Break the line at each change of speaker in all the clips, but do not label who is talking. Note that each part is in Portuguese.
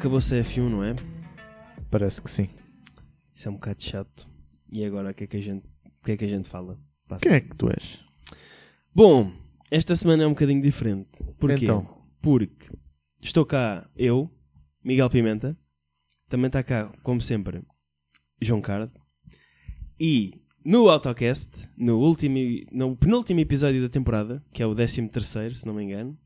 que você é fio, não é?
Parece que sim.
Isso é um bocado chato. E agora o que é que a gente, o que é que a gente fala? Passa.
Quem é que tu és?
Bom, esta semana é um bocadinho diferente. Porquê?
Então.
Porque estou cá eu, Miguel Pimenta, também está cá, como sempre, João Cardo, e no AutoCast, no, último, no penúltimo episódio da temporada, que é o 13 terceiro, se não me engano,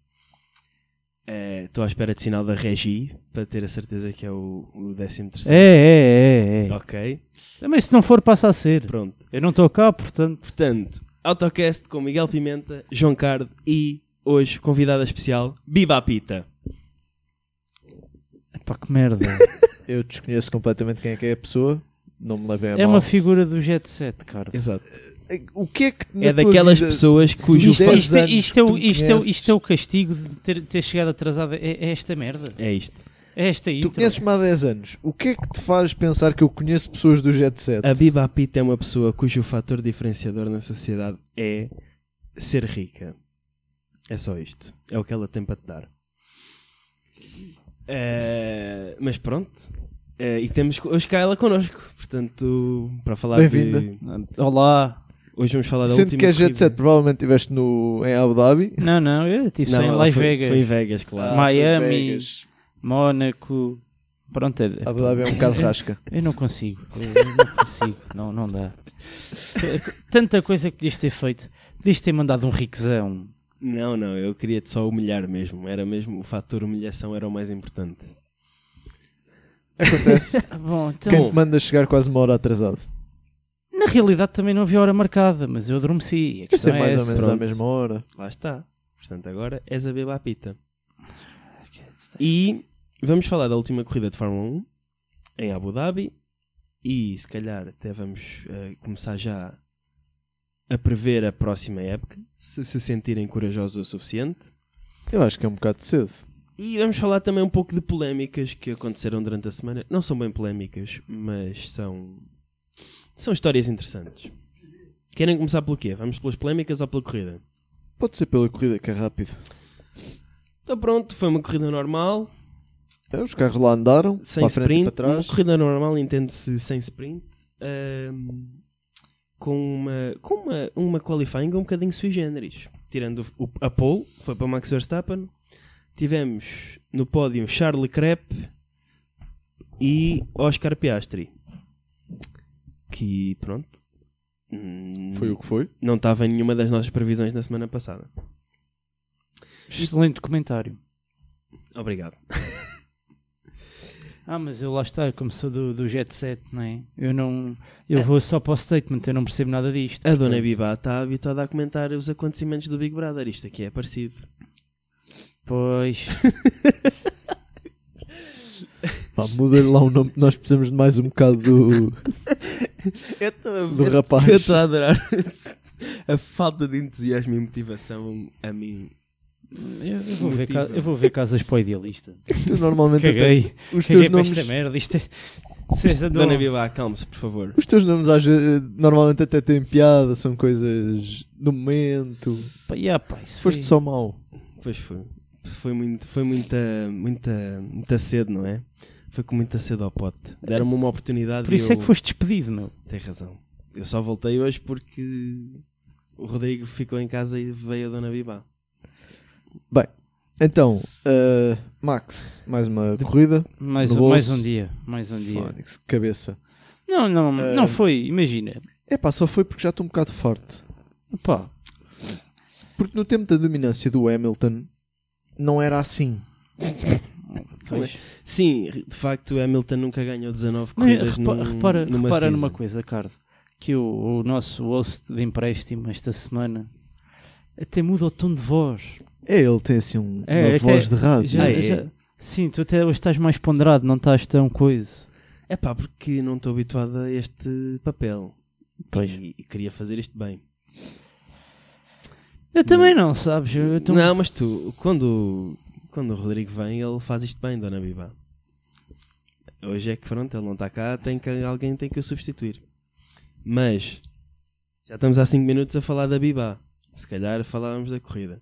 eh, estou à espera de sinal da Regi, para ter a certeza que é o, o 13
É,
terceiro.
é, é, é.
Ok,
Também se não for, passa a ser.
pronto.
Eu não estou cá, portanto.
Portanto, AutoCast com Miguel Pimenta, João Cardo e, hoje, convidada especial, Biba Pita.
Pá, que merda.
Eu desconheço completamente quem é que é a pessoa. Não me levem a
É
mal.
uma figura do Jet Set, cara.
Exato.
O que é que na
É
tua
daquelas
vida-
pessoas cujo...
Isto
fa-
dez
Isto, é-
anos
isto é o,
que tu
isto, é o,
conheces.
isto é o castigo de ter, ter chegado atrasado. É, é esta merda.
É isto.
É esta
Tu
intro.
conheces-me há 10 anos. O que é que te faz pensar que eu conheço pessoas do Jet Set?
A Biba Pita é uma pessoa cujo fator diferenciador na sociedade é ser rica. É só isto. É o que ela tem para te dar. Eh, mas pronto. Eh, e temos co- hoje cá ela connosco. Portanto, para falar de.
Bem-vinda.
Olá.
Hoje vamos falar da
Sendo
última.
que a Jet
corrida.
Set provavelmente estiveste no, em Abu Dhabi.
Não, não, eu estive só
Não,
em
ela
Las
foi,
Vegas, Ah.
Foi em Vegas, claro.
Miami.
foi Vegas.
Mónaco. Pronto, é,
Abu Dhabi é um bocado rasca.
eu não consigo. Eu não consigo. não, não dá. Tanta coisa que podias ter feito. Podias ter mandado um riquezão.
Não, não, eu queria te só humilhar mesmo. Era mesmo. O fator humilhação era o mais importante.
Acontece.
Ah, Bom, então.
Quem te manda chegar quase uma hora atrasado?
Na realidade também não havia hora marcada, mas eu adormeci. A
Quer ser
questão é
mais ou
essa.
menos à
pronto.
mesma hora.
Lá está. Portanto, agora és a Beba à Pita. E vamos falar da última corrida de Fórmula 1 em Abu Dhabi. E se calhar até vamos eh, começar já a prever a próxima época, se se sentirem corajosos o suficiente.
Eu acho que é um bocado cedo.
E vamos falar também um pouco de polémicas que aconteceram durante a semana. Não são bem polémicas, mas são. São histórias interessantes. Querem começar pelo quê? Vamos pelas polémicas ou pela corrida?
Pode ser pela corrida que é rápido.
Então pronto, foi uma corrida normal,
É, os carros lá andaram,
sem
para a frente
sprint.
e para
Uma
trás.
corrida normal entende-se sem sprint. ahm, com uma, com uma, uma qualifying um bocadinho sui generis. Tirando o- a pole, foi para Max Verstappen. Tivemos no pódio Charles Crepe e Oscar Piastri. Que pronto. hum,
Foi o que foi.
Não estava em nenhuma das nossas previsões na semana passada.
Excelente comentário.
Obrigado.
Ah, mas eu lá está, como sou do, do Jet Set, não é? Eu não. Eu vou só para o statement, eu não percebo nada disto.
A dona
portanto.
Biba está habituada a comentar os acontecimentos do Big Brother. Isto aqui é parecido.
Pois.
Pá, muda-lhe lá o nome, nós precisamos de mais um bocado do.
Eu estou a
Do
ver-
rapaz.
Eu estou a adorar a falta de entusiasmo e motivação a mim.
Eu, eu vou, ver,
Motiva.
ca- eu vou ver casas para o idealista.
Tu normalmente até-
Caguei.
os teus
Caguei para
nomes.
esta merda. Isto é. Vocês andam-
Dona Biba, acalme-se, por favor.
Os teus nomes às vezes, normalmente até têm piada, são coisas do momento.
Pá, yeah, pá, isso
Foste
foi-
só mau.
Pois foi. Foi, muito, foi muita, muita, muita sede, não é? Foi com muita sede ao pote. Deram-me uma oportunidade
Por
e
isso é
eu-
que foste despedido, meu.
Tem razão. Eu só voltei hoje porque o Rodrigo ficou em casa e veio a Dona Biba.
Bem, então, uh, Max, mais uma corrida.
Mais,
No
um- mais
bolso.
um dia. Mais um dia.
Fónix, cabeça.
Não, não,
Ah.
não foi. Imagina.
É pá, só foi porque já estou um bocado forte.
Pá,
Porque no tempo da dominância do Hamilton, não era assim.
pois.
Sim, de facto, Hamilton nunca ganhou 19
Mas
corridas
repa-
num-
repara,
numa
repara
season.
numa coisa, Cardo, que o, o nosso host de empréstimo esta semana até muda o tom de voz.
É, ele tem assim um-
É,
uma
até-
voz de rádio.
Já-
Ah, é?
já- sim, tu até hoje estás mais ponderado, não estás tão coisa.
É pá, porque não estou habituado a este papel. E, e queria fazer isto bem.
Eu também não, sabes? Eu, eu tô-
Não, mas tu, quando, quando o Rodrigo vem, ele faz isto bem, Dona Biba. Hoje é que pronto, ele não está cá, tem que, alguém tem que o substituir. Mas já estamos há 5 minutos a falar da Biba. Se calhar falávamos da corrida.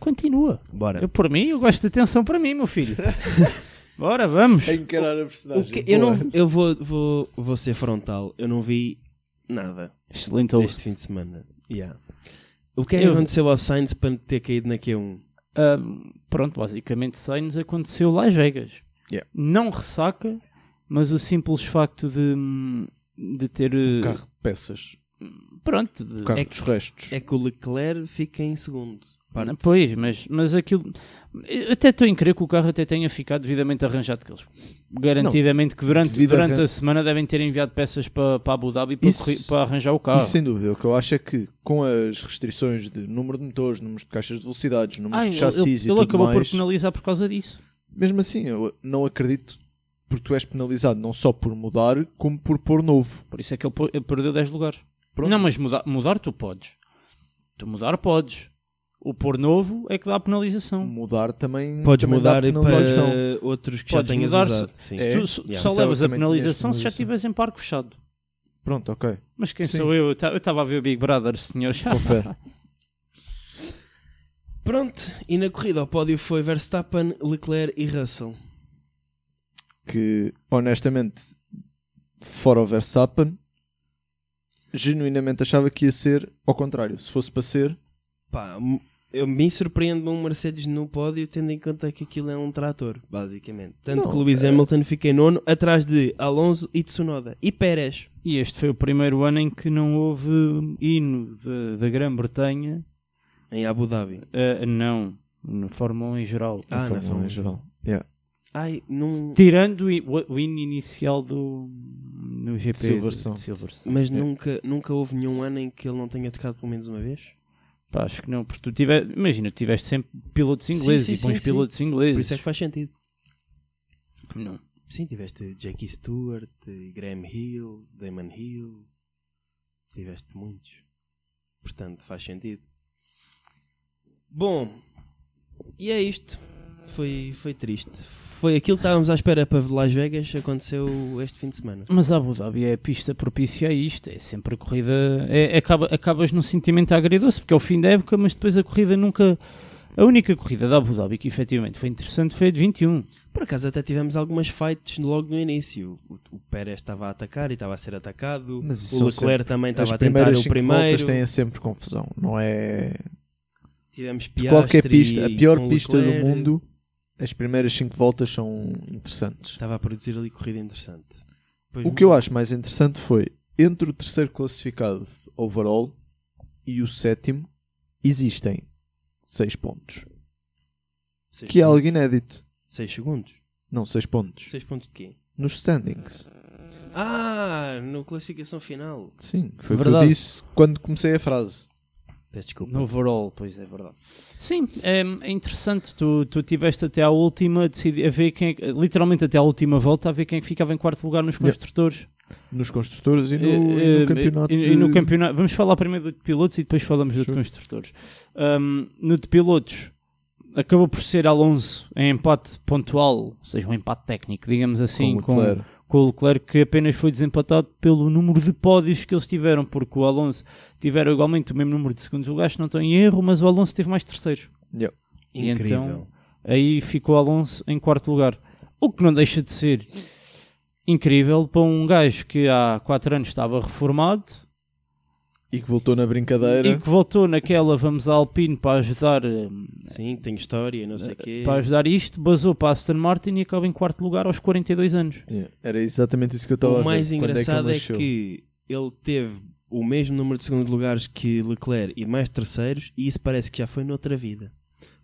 Continua.
Bora.
Eu, por mim, eu gosto de atenção para mim, meu filho. Bora, vamos.
É
A encarar a
O
personagem.
que- eu, não,
Boa.
eu vou, vou, vou ser frontal. Eu não vi nada
Excelente
este fim de semana. Yeah. O que é que
Eu-
aconteceu ao Sainz para ter caído na Q1?
Ahm, pronto, basicamente Sainz aconteceu lá em Vegas.
Yeah.
Não ressaca, mas o simples facto de, hum, de ter...
Um
eh,
Carro de peças.
Pronto. de-
Carro
é
dos restos.
É que o Leclerc fica em segundo. Parte.
Pois, mas, mas aquilo... eu até estou em crer que o carro até tenha ficado devidamente arranjado que eles... Garantidamente que durante,
devido
durante
arran-
a semana devem ter enviado peças para, para Abu Dhabi para,
Isso-
corri- para arranjar o carro.
Isso sem dúvida. O que eu acho é que com as restrições de número de motores, números de caixas de velocidades, números
Ah,
de
ele,
um chassis
ele-
e
ele
tudo
acabou
mais,
por penalizar por causa disso.
mesmo assim, eu não acredito porque tu és penalizado não só por mudar, como por pôr novo.
Por isso é que ele po- ele perdeu 10 lugares.
Pronto.
Não, mas muda- mudar tu podes. Tu mudar podes. O pôr novo é que dá a penalização.
Mudar também.
Podes
também
mudar
dá penalização.
para outros que
Podes
já tenhas
mudar,
usado. Sim.
É.
tu su-
yeah.
Isso
só
é o
levas
que
a
também tinhas
penalização se já
penalização.
estiveres em parque fechado.
Pronto, ok.
Mas quem
Sim.
sou eu? Eu ta- eu estava a ver o Big Brother, senhor.
Confere.
Pronto, e na corrida ao pódio foi Verstappen, Leclerc e Russell.
que honestamente, fora o Verstappen, genuinamente achava que ia ser ao contrário. Se fosse para ser,
Pá, m- eu me surpreendo um Mercedes no pódio, tendo em conta que aquilo é um trator, basicamente. Tanto
Não,
que Lewis Hamilton fica em nono, atrás de Alonso e Tsunoda. E Pérez.
E este foi o primeiro ano em que não houve hino de- da Grã-Bretanha.
Em Abu Dhabi.
Ah, não, na Fórmula 1 em geral.
Ah,
Fórmula
na Fórmula
um em geral. Yeah.
Ai, não,
Tirando o i- o, o hino inicial do no GP de-
Silverstone.
de Silverstone.
mas
É.
nunca, nunca houve nenhum ano em que ele não tenha tocado pelo menos uma vez.
Pá, acho que não, porque tu tive, imagina, tu tiveste sempre pilotos ingleses
sim,
e bons
sim, sim.
pilotos ingleses.
Por isso é que faz sentido.
Não.
Sim, tiveste Jackie Stewart, Graham Hill, Damon Hill. Tiveste muitos. Portanto, faz sentido. Bom, e é isto. Foi, foi triste. Foi aquilo que estávamos à espera para Las Vegas. Aconteceu este fim de semana.
Mas a Abu Dhabi é a pista propícia a isto, é sempre a corrida. É, acaba, acabas num sentimento agridoce, porque é o fim da época, mas depois a corrida nunca. A única corrida da Abu Dhabi que efetivamente foi interessante foi a de 21.
Por acaso até tivemos algumas fights logo no início. O, o Pérez estava a atacar e estava a ser atacado.
Mas isso
O
são
Leclerc também estava
As
a Então tentar
primeiras
o
cinco voltas
primeiro.
têm sempre confusão. Não é.
Tivemos
De
Piastri
qualquer pista, a
com
pior pista do
Leclerc.
mundo, as primeiras 5 voltas são interessantes.
Estava a produzir ali corrida interessante. Depois-
O que eu acho mais interessante foi entre o terceiro classificado overall e o sétimo, existem 6 pontos.
Seis
Que é
pontos.
algo inédito.
6 segundos?
Não, 6 pontos.
6 pontos de quê?
Nos standings.
Ah, no classificação final.
Sim, foi o que
Verdade.
eu disse quando comecei a frase.
Peço desculpa.
No overall, pois é verdade. Sim, é, é interessante. Tu, tu tiveste até à última, a decidi- a ver quem, é que- literalmente até à última volta, a ver quem é que ficava em quarto lugar nos
Yeah.
construtores.
Nos construtores e no,
Eh,
e no
eh,
campeonato.
e- e no
de-
campeonato- Vamos falar primeiro do de pilotos e depois falamos dos
Sure.
construtores. Ahm, no de pilotos, acabou por ser Alonso em empate pontual, ou seja, um empate técnico, digamos assim,
com o Leclerc.
com o Leclerc, que apenas foi desempatado pelo número de pódios que eles tiveram, porque o Alonso tiveram igualmente o mesmo número de segundos lugares, se não estão em erro, mas o Alonso teve mais terceiros.
Yeah.
E
Incrível.
então- Aí ficou Alonso em quarto lugar. O que não deixa de ser incrível para um gajo que há 4 anos estava reformado
E que voltou na brincadeira.
e que voltou naquela vamos à Alpine para ajudar, hum,
Sim, tem história, não sei o quê.
para ajudar isto, basou para a Aston Martin e acaba em quarto lugar aos 42 anos.
Yeah. Era exatamente isso que eu estava a
O
ver.
mais
Quando
engraçado
é
é
que, ele nasceu?
que ele teve o mesmo número de segundos lugares que Leclerc e mais terceiros, e isso parece que já foi noutra vida.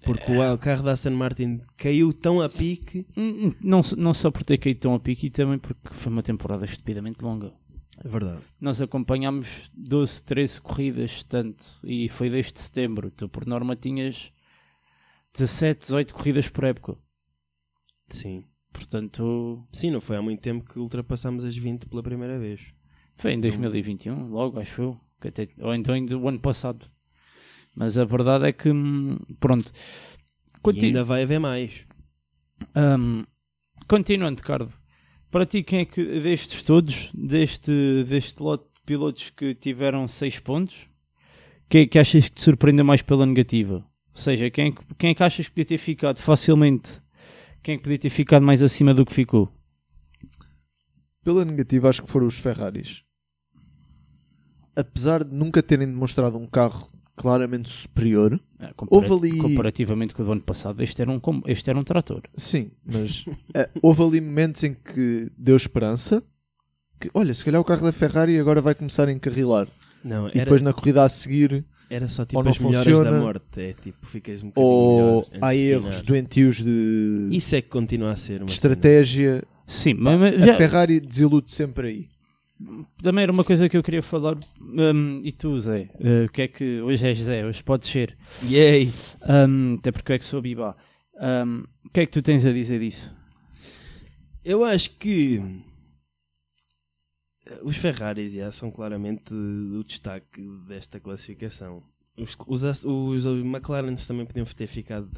Porque o- o carro da Aston Martin caiu tão a pique.
Hum, Não, s- não só por ter caído tão a pique e também porque foi uma temporada estupidamente longa.
É verdade.
Nós acompanhámos 12, 13 corridas, tanto, e foi desde setembro. Tu, por norma, tinhas 17, 18 corridas por época.
Sim.
Portanto,
Sim, não foi há muito tempo que ultrapassámos as 20 pela primeira vez.
foi em 2021, logo, acho eu. Que até, ou então ainda o ano passado. Mas a verdade é que, hum, pronto.
E
Conti-
ainda vai haver mais.
hum, continuando, Cardo. Para ti, quem é que, destes todos, deste, deste lote de pilotos que tiveram 6 pontos, quem é que achas que te surpreenda mais pela negativa? Ou seja, quem, é que- quem é que achas que podia ter ficado facilmente Quem é que podia ter ficado mais acima do que ficou?
Pela negativa, acho que foram os Ferraris. Apesar de nunca terem demonstrado um carro claramente superior,
Ah,
Houve ali-
Comparativamente com o do ano passado, este era um, com- este era um trator.
sim, mas eh, houve ali momentos em que deu esperança. Que, olha, se calhar o carro da Ferrari agora vai começar a encarrilar.
Não, era,
E depois na corrida a seguir,
era só tipo
ou não
as melhores da
funciona,
morte. É tipo, ficas um bocadinho melhor
ou
antes
há
de
erros
tirar.
doentios de,
Isso é que continua a ser uma
de
cena.
estratégia.
Sim, mas, mas
A
já-
Ferrari desilude sempre aí.
também era uma coisa que eu queria falar. hum, e tu, Zé? Eh, o que é que hoje és Zé? Hoje podes ser.
Yay!
Hum, até porque eu é que sou bibá. Hum, o que é que tu tens a dizer disso?
Eu acho que eh, os Ferraris já, são claramente o destaque desta classificação. Os, os, As- os McLarens também podiam ter ficado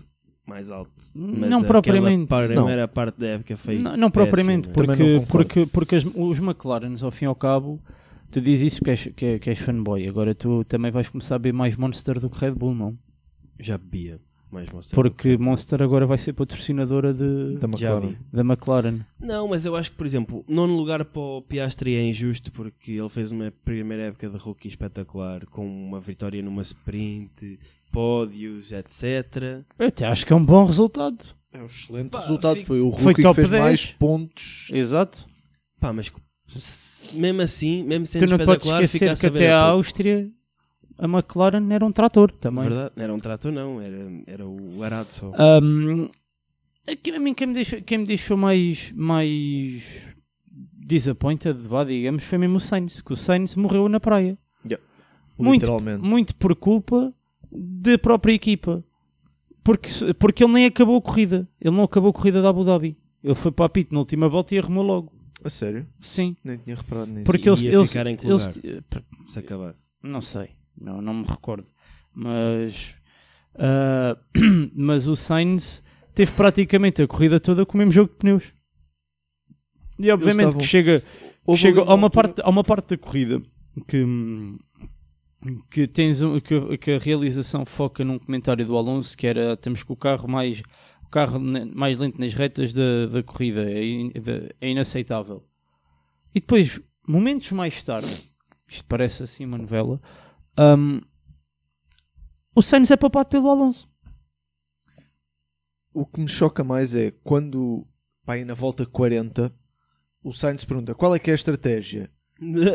mais alto. mas
Não
aquela
propriamente.
par- primeira parte da época foi.
Não, não propriamente,
péssima.
Também
porque,
não concordo.
porque, porque as- os McLarens, ao fim e ao cabo, tu dizes isso que és, que, é- que és fanboy. Agora tu também vais começar a beber mais Monster do que Red Bull, não?
Já bebia mais Monster.
Porque Monster agora vai ser patrocinadora de,
Da
Já
McLaren.
vi.
da McLaren.
Não, mas eu acho que, por exemplo, nono lugar para o Piastri é injusto porque ele fez uma primeira época de rookie espetacular com uma vitória numa sprint, pódios, etc.
Eu até acho que é um bom resultado.
É um excelente
Pá,
resultado.
fico-
Foi o
foi
Rookie que
top
fez
10.
mais pontos.
Exato.
Pá, mas se- mesmo assim, mesmo sendo
Tu não te podes
espetacular, fica
esquecer
a
que
saber
até a
a pouco.
Áustria a McLaren era um trator também.
Verdade, não era um trator, não, era, era o arado só.
Ahm, a que- a mim quem me deixou, quem me deixou mais, mais disappointed, vá, digamos, foi mesmo o Sainz, que o Sainz morreu na praia. Muito,
Literalmente.
Muito por culpa da própria equipa. Porque, se- porque ele nem acabou a corrida. Ele não acabou a corrida da Abu Dhabi. Ele foi para a pit na última volta e arrumou logo.
A sério?
Sim.
Nem tinha reparado nisso.
Porque
Ia
eles, eles,
ficar em que
eles-
Se acabasse.
Não sei, não, não me recordo. Mas, ah, mas o Sainz teve praticamente a corrida toda com o mesmo jogo de pneus. E obviamente
estavam-
que chega,
Houve
chega
ali uma
a, uma
altura-
parte, a uma parte da corrida que, hum, que, tens um, que, que a realização foca num comentário do Alonso que era temos que o carro mais o carro ne- mais lento nas retas da, da corrida é, in- da- é inaceitável. E depois, momentos mais tarde, isto parece assim uma novela, hum, o Sainz é papado pelo Alonso.
O que me choca mais é quando, pá, aí na volta 40, o Sainz pergunta qual é que é a estratégia?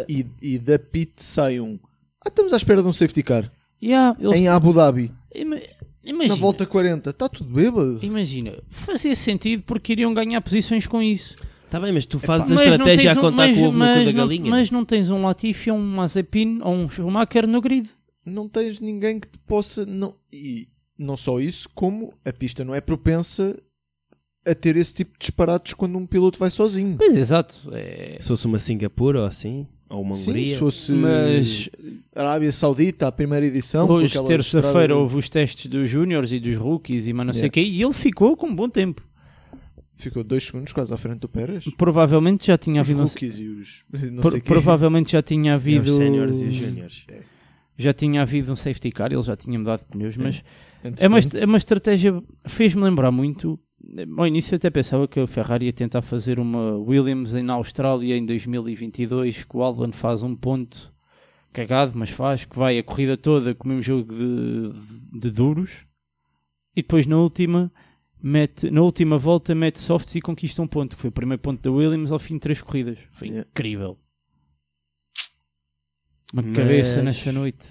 E, e da pit sai um. Ah, estamos à espera de um safety car.
Yeah, eles-
Em Abu Dhabi.
Ima- imagina,
Na volta 40. Está tudo bêbado.
imagina, fazia sentido porque iriam ganhar posições com isso.
Está Tá bem, mas tu fazes
Mas
a
não
estratégia
tens
a
um-
contar
mas-
com o ovo no
mas
cu da
não-
galinha.
Mas não tens um Latifi ou um Mazepin ou um Schumacher no grid.
Não tens ninguém que te possa... Não... E não só isso, como a pista não é propensa a ter esse tipo de disparates quando um piloto vai sozinho.
Pois, exato. É,
né? Se fosse uma Singapura ou assim, ou uma
Sim,
Hungria.
se fosse
mas
Arábia Saudita, a primeira edição. com
hoje,
aquela
terça-feira,
estrada-
houve os testes dos Júniors e dos Rookies e mais não sei o
Yeah.
quê, e ele ficou com um bom tempo.
Ficou dois segundos quase à frente do Pérez.
Provavelmente já tinha
Os
um
havido... não sei-
rookies e os... Não
pro-
sei quê.
provavelmente já tinha
E é os
havido... um
séniores e os júniores.
Já tinha havido um safety car, ele já tinha mudado de pneus, mas... É uma,
Entretanto,
é uma estratégia, fez-me lembrar muito. Ao início eu até pensava que a Ferrari ia tentar fazer uma Williams na Austrália em 2022, que o Albon faz um ponto cagado, mas faz, que vai a corrida toda com o mesmo jogo de, de, de duros e depois na última mete, na última volta mete softs e conquista um ponto, que foi o primeiro ponto da Williams ao fim de três corridas. Foi
Yeah.
incrível. Uma
Mas-
cabeça nesta noite.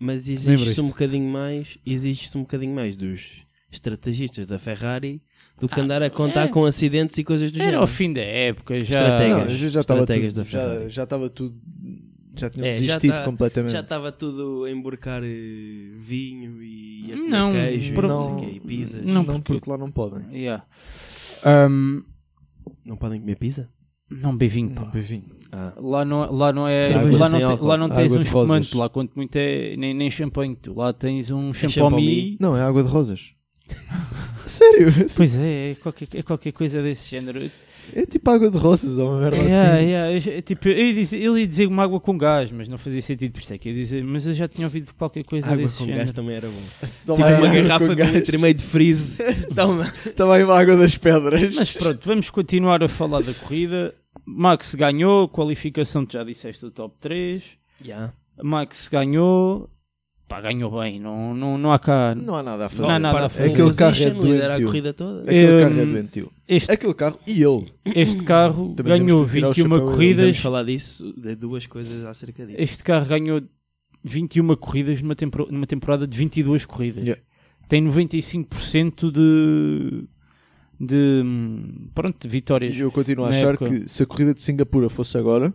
Mas
Lembras-te?
existe um bocadinho mais, existe um bocadinho mais dos estrategistas da Ferrari do que andar a contar
é.
com acidentes e coisas do
Era
género.
ao fim da época, já
né? Estratégia.
Não, já estava
estratégias
tudo,
da Ferrari.
já, já estava tudo, já tinham
É, já
desistido
tá-
completamente.
Já estava tudo a emborcar eh, vinho e a comer
Não,
queijo e
por-
não
não-
sei o quê, e pizzas.
não,
não,
porque-
porque... lá não podem.
Yeah. Um,
Não podem comer pizza?
não B20,
Não,
pá.
bevinho.
Ah.
Lá não, lá não é.
Cerveja
Lá
sem
não, te,
álcool.
lá não tens
Água
um
de rosas.
espumante, lá quanto muito é nem, nem champanhe. Tu lá tens um champomi.
champomi.
Não, é água de rosas. Sério?
Pois é, é qualquer, é qualquer coisa desse género.
É tipo água de rosas ou uma
É,
merda
Yeah,
assim.
yeah, eu já- tipo, eu ia dizer- ele ia dizer uma água com gás, mas não fazia sentido, por isso é que eu ia dizer, mas eu já tinha ouvido qualquer coisa
Água
desse
com
género.
gás também era bom.
Toma
Tipo
aí
uma
água
garrafa
com
de um
gás.
litro e meio de freeze. Toma.
Também uma água das pedras.
Mas pronto, vamos continuar a falar da corrida. Max ganhou, qualificação, tu já disseste o top 3.
Yeah.
Max ganhou, pá, ganhou bem, não, não, não há cá.
Não há nada a fazer.
Não há nada a
Para-
fazer.
Aquele carro é
Position, lidera a
doentio.
corrida toda.
Aquele
Hum,
carro é doentio.
Este,
Aquele carro e ele.
este carro
Também temos
ganhou
que tirar o
21
chapéu e
Vamos
corridas.
falar disso, de duas coisas acerca disso.
Este carro ganhou 21 corridas numa, tempor- numa temporada de 22 corridas.
Yeah.
Tem 95% de, de, hum, pronto, de vitórias.
E eu continuo a
Na
achar
época.
que se a corrida de Singapura fosse agora,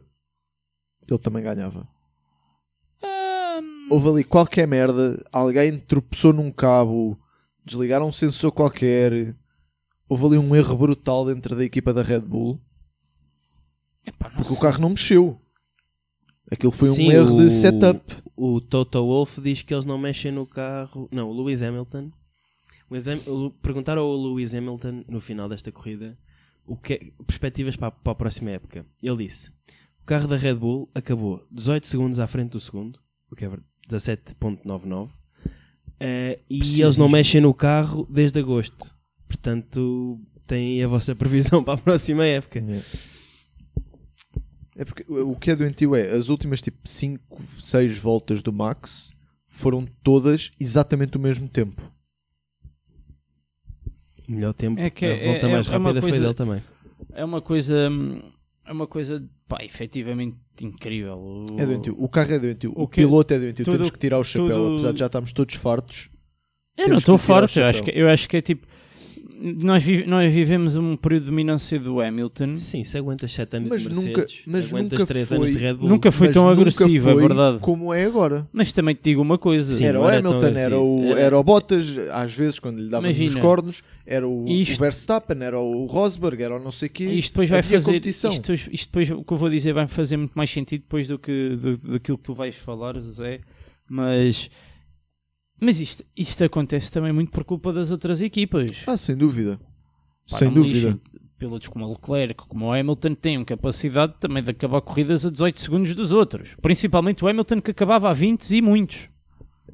ele também ganhava. Houve ali qualquer merda, alguém tropeçou num cabo, desligaram um sensor qualquer, houve ali um erro brutal dentro da equipa da Red Bull,
Epá, não
porque
sei.
o carro não mexeu. Aquilo foi
Sim,
um erro
o-
de setup.
O Toto Wolff diz que eles não mexem no carro. Não, o Lewis Hamilton. O exam- o Lu- Perguntaram ao Lewis Hamilton no final desta corrida o que é- perspectivas para, a- para a próxima época. Ele disse: o carro da Red Bull acabou 18 segundos à frente do segundo, o que é verdade, 17.99, eh, e eles não mexem no carro desde agosto. Portanto, tem a vossa previsão para a próxima época.
É porque o o que é doentio é, as últimas tipo 5, 6 voltas do Max foram todas exatamente o mesmo tempo.
O melhor tempo,
É que
a
é-
volta
é-
mais
é uma
rápida foi
coisa-
dele também.
É uma coisa, hum, é uma coisa, pá, efetivamente incrível. O-
É doentio. O carro é doentio. O,
o que-
piloto é doentio.
tudo-
Temos que tirar o chapéu,
tudo-
apesar de já estarmos todos fartos.
Eu
Temos
não estou
que tirar o
forte, eu acho, que,
chapéu.
eu acho que é tipo. Nós, vi- nós vivemos um período de dominância do Hamilton.
Sim, se aguentas 7 anos
Mas
de
nunca-
Mercedes,
mas
se aguentas
nunca
3
foi-
anos de Red Bull.
Nunca foi
Mas
tão
nunca
agressivo,
foi
é verdade.
Como é agora.
Mas também te digo uma coisa.
Sim,
era o
não era tão
Hamilton, era, o,
agressivo.
era o Bottas, às vezes, quando lhe dava nos
Imagina.
cornos, era o,
Isto-
o Verstappen, era o Rosberg, era o não sei quê.
E isto depois vai
Havia
fazer.
competição.
Isto, isto depois, o que eu vou dizer vai fazer muito mais sentido depois do que do, daquilo que tu vais falar, José. Mas. Mas isto, isto acontece também muito por culpa das outras equipas.
Ah, sem dúvida.
Pá,
sem
não me
dúvida.
lixem. Pilotos como o Leclerc, como o Hamilton, têm capacidade também de acabar corridas a 18 segundos dos outros. Principalmente o Hamilton, que acabava a 20 e muitos.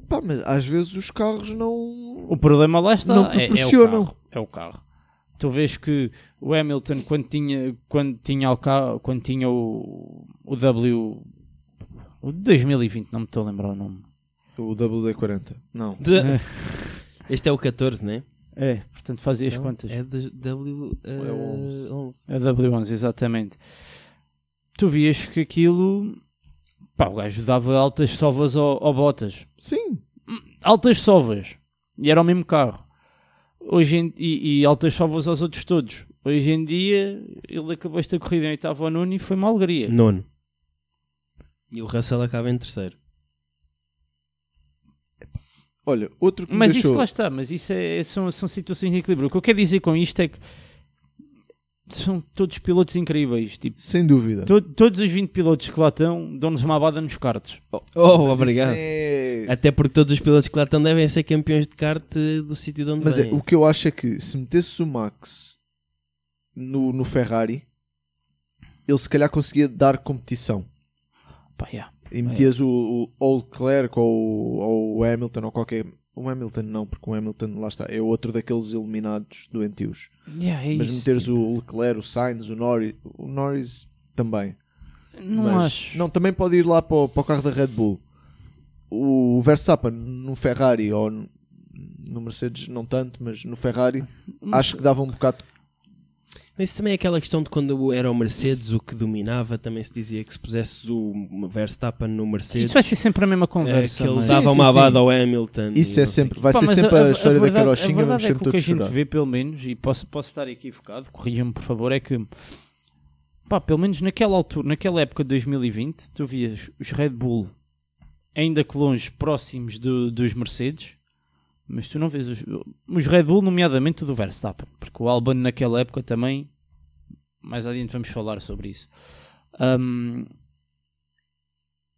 Pá, mas às vezes os carros não.
O problema lá está.
Não
é-
proporcionam.
É, o carro. É o carro. Tu vês que o Hamilton, quando tinha, quando tinha, o, carro, quando tinha o, o W. O de 2020, não me estou a lembrar o nome.
O WD-40. Não.
De-
É.
Este é o 14, né?
É, portanto fazia as contas.
É de W.
É o 11.
11.
A W11, exatamente. Tu vias que aquilo. Pá, o gajo dava altas sovas ao, ao Botas.
Sim.
altas sovas e era o mesmo carro hoje em- e, e altas sovas aos outros todos hoje em dia ele acabou esta corrida em oitavo ou nono e foi uma
Hum,
alegria
Nono. E o Russell acaba em terceiro.
Olha, outro que me
mas
deixou.
isso lá está mas isso é, é- são, são situações de equilíbrio o que eu quero dizer com isto é que são todos pilotos incríveis tipo
Sem dúvida.
to- todos os 20 pilotos que lá estão dão-nos uma abada nos cartos
Oh,
Mas isso
obrigado.
é-
Até porque todos os pilotos que lá estão devem ser campeões de kart eh, do sítio de onde
Mas é,
vêm.
o que eu acho é que se metesse o Max no, no Ferrari, ele se calhar conseguia dar competição.
Pá, yeah.
E metias o, o ou o Leclerc ou, ou o Hamilton ou qualquer. O Hamilton não, porque o Hamilton, lá está, é outro daqueles eliminados doentios.
Yeah, é
Mas
isso.
meteres o Leclerc, o Sainz, o Norris, o Norris também.
não
Mas-
acho
Não, também pode ir lá para o, para o carro da Red Bull. O Verstappen no Ferrari ou no- no Mercedes, não tanto, mas no Ferrari, acho que dava um bocado
Mas isso também é aquela questão de quando era o Mercedes o que dominava, também se dizia que se pusesses o Verstappen no Mercedes,
isso é vai ser sempre a
É
mesma conversa
eh, que ele
mas-
dá-
dava
Sim,
uma
sim, sim.
abada ao Hamilton. e Hum,
Isso é
não sei o
sempre,
quê.
vai
Pá,
ser
mas
sempre a, história
verdade-
da carochinha,
a
vamos
verdade é
sempre
que
todos
O que a
chorar.
gente vê, pelo menos, e posso, posso estar equivocado, corrijam-me por favor, é que, pá, pelo menos naquela altura, naquela época de 2020, tu vias os Red Bull ainda que longe, próximos do- dos Mercedes, mas tu não vês os, os Red Bull, nomeadamente o do Verstappen, porque o Albon naquela época também, mais adiante vamos falar sobre isso. Ahm,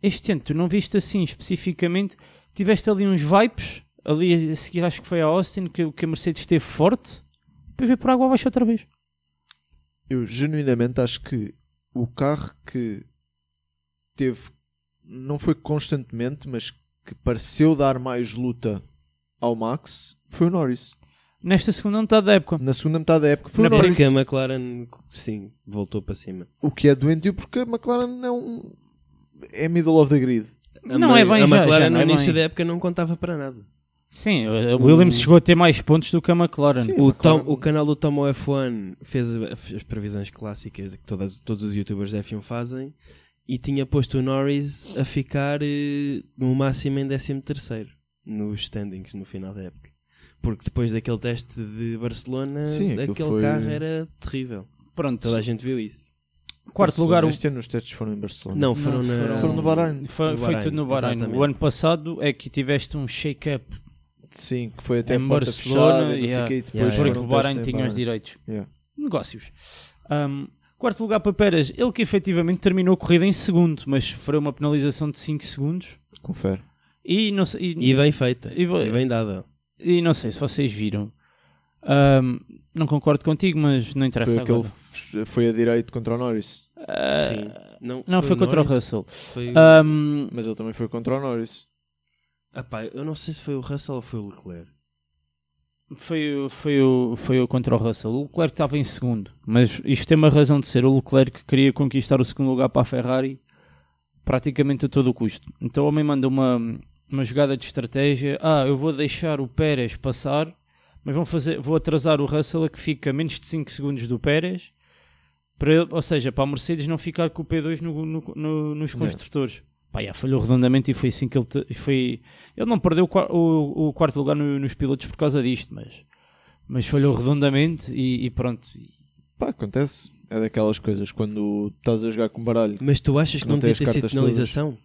este ano tu não viste assim especificamente, tiveste ali uns vipes, ali a seguir acho que foi a Austin que, que a Mercedes esteve forte, depois veio por água abaixo outra vez.
eu genuinamente acho que o carro que teve, não foi constantemente, mas que pareceu dar mais luta ao Max, foi o Norris.
Nesta segunda metade da época.
Na segunda metade da época foi
Na
o Norris.
porque a McLaren, sim, voltou para cima.
O que é doentio porque a McLaren é um. É middle of the grid.
A
Não
Ma-
é bem
A
já,
McLaren no
já não é
início
bem.
da época não contava para nada.
Sim, a Williams chegou a ter mais pontos do que a McLaren.
Sim.
O,
a McLaren-
Tom- o canal do Tomo F1 fez a- as previsões clássicas que todas- todos os youtubers da F1 fazem e tinha posto o Norris a ficar eh, no máximo em 13 nos standings no final da época. Porque depois daquele teste de Barcelona,
Sim, aquilo
aquele
foi-
carro era terrível.
Pronto,
Toda a gente viu isso.
quarto lugar. o-
Este ano os testes foram em Barcelona.
Não, foram, na-
Foram no Bahrein.
Foi,
No
foi
Bahrein,
tudo no Bahrein.
exatamente.
O ano passado é que tiveste um shake-up
Sim, que foi até
Em
a porta
Barcelona,
fechada, não sei
yeah.
o quê, e depois
Yeah,
porque
foram
o Bahrein
testes em
tinha os
Bahrein.
direitos.
Yeah.
Negócios. Ahm, quarto lugar para Pérez. Ele que efetivamente terminou a corrida em segundo, mas sofreu uma penalização de 5 segundos.
Confere.
E não, sei- e-
E bem feita.
E
E
bem-
bem, dada.
E não sei se vocês viram. Ahm, não concordo contigo, mas não interessa.
Foi,
agora.
aquele, foi a direito contra o Norris.
Ah,
Sim. Não,
Não, foi, contra
Norris,
o Russell. Ah.
Foi...
Ahm,
Mas ele também foi contra o Norris.
Epá, eu não sei se foi o Russell ou foi o Leclerc.
foi, o- foi, o- foi o contra o Russell. O Leclerc estava em segundo, mas isto tem uma razão de ser. O Leclerc queria conquistar o segundo lugar para a Ferrari praticamente a todo o custo. Então o homem manda uma, uma jogada de estratégia. Ah, eu vou deixar o Pérez passar, mas vão fazer, vou atrasar o Russell a que fica a menos de 5 segundos do Pérez. Para ele- ou seja, para a Mercedes não ficar com o P2 no- no- no- nos
Yeah.
construtores. Pá, já falhou redondamente e foi assim que ele... te- foi, ele não perdeu o, qua- o- o quarto lugar no- nos pilotos por causa disto, mas, mas falhou redondamente e, e pronto.
Pá, acontece. É daquelas coisas quando estás a jogar com baralho.
Mas tu achas que
Não
não,
tem
devia ter
as
sido
cartas
penalização?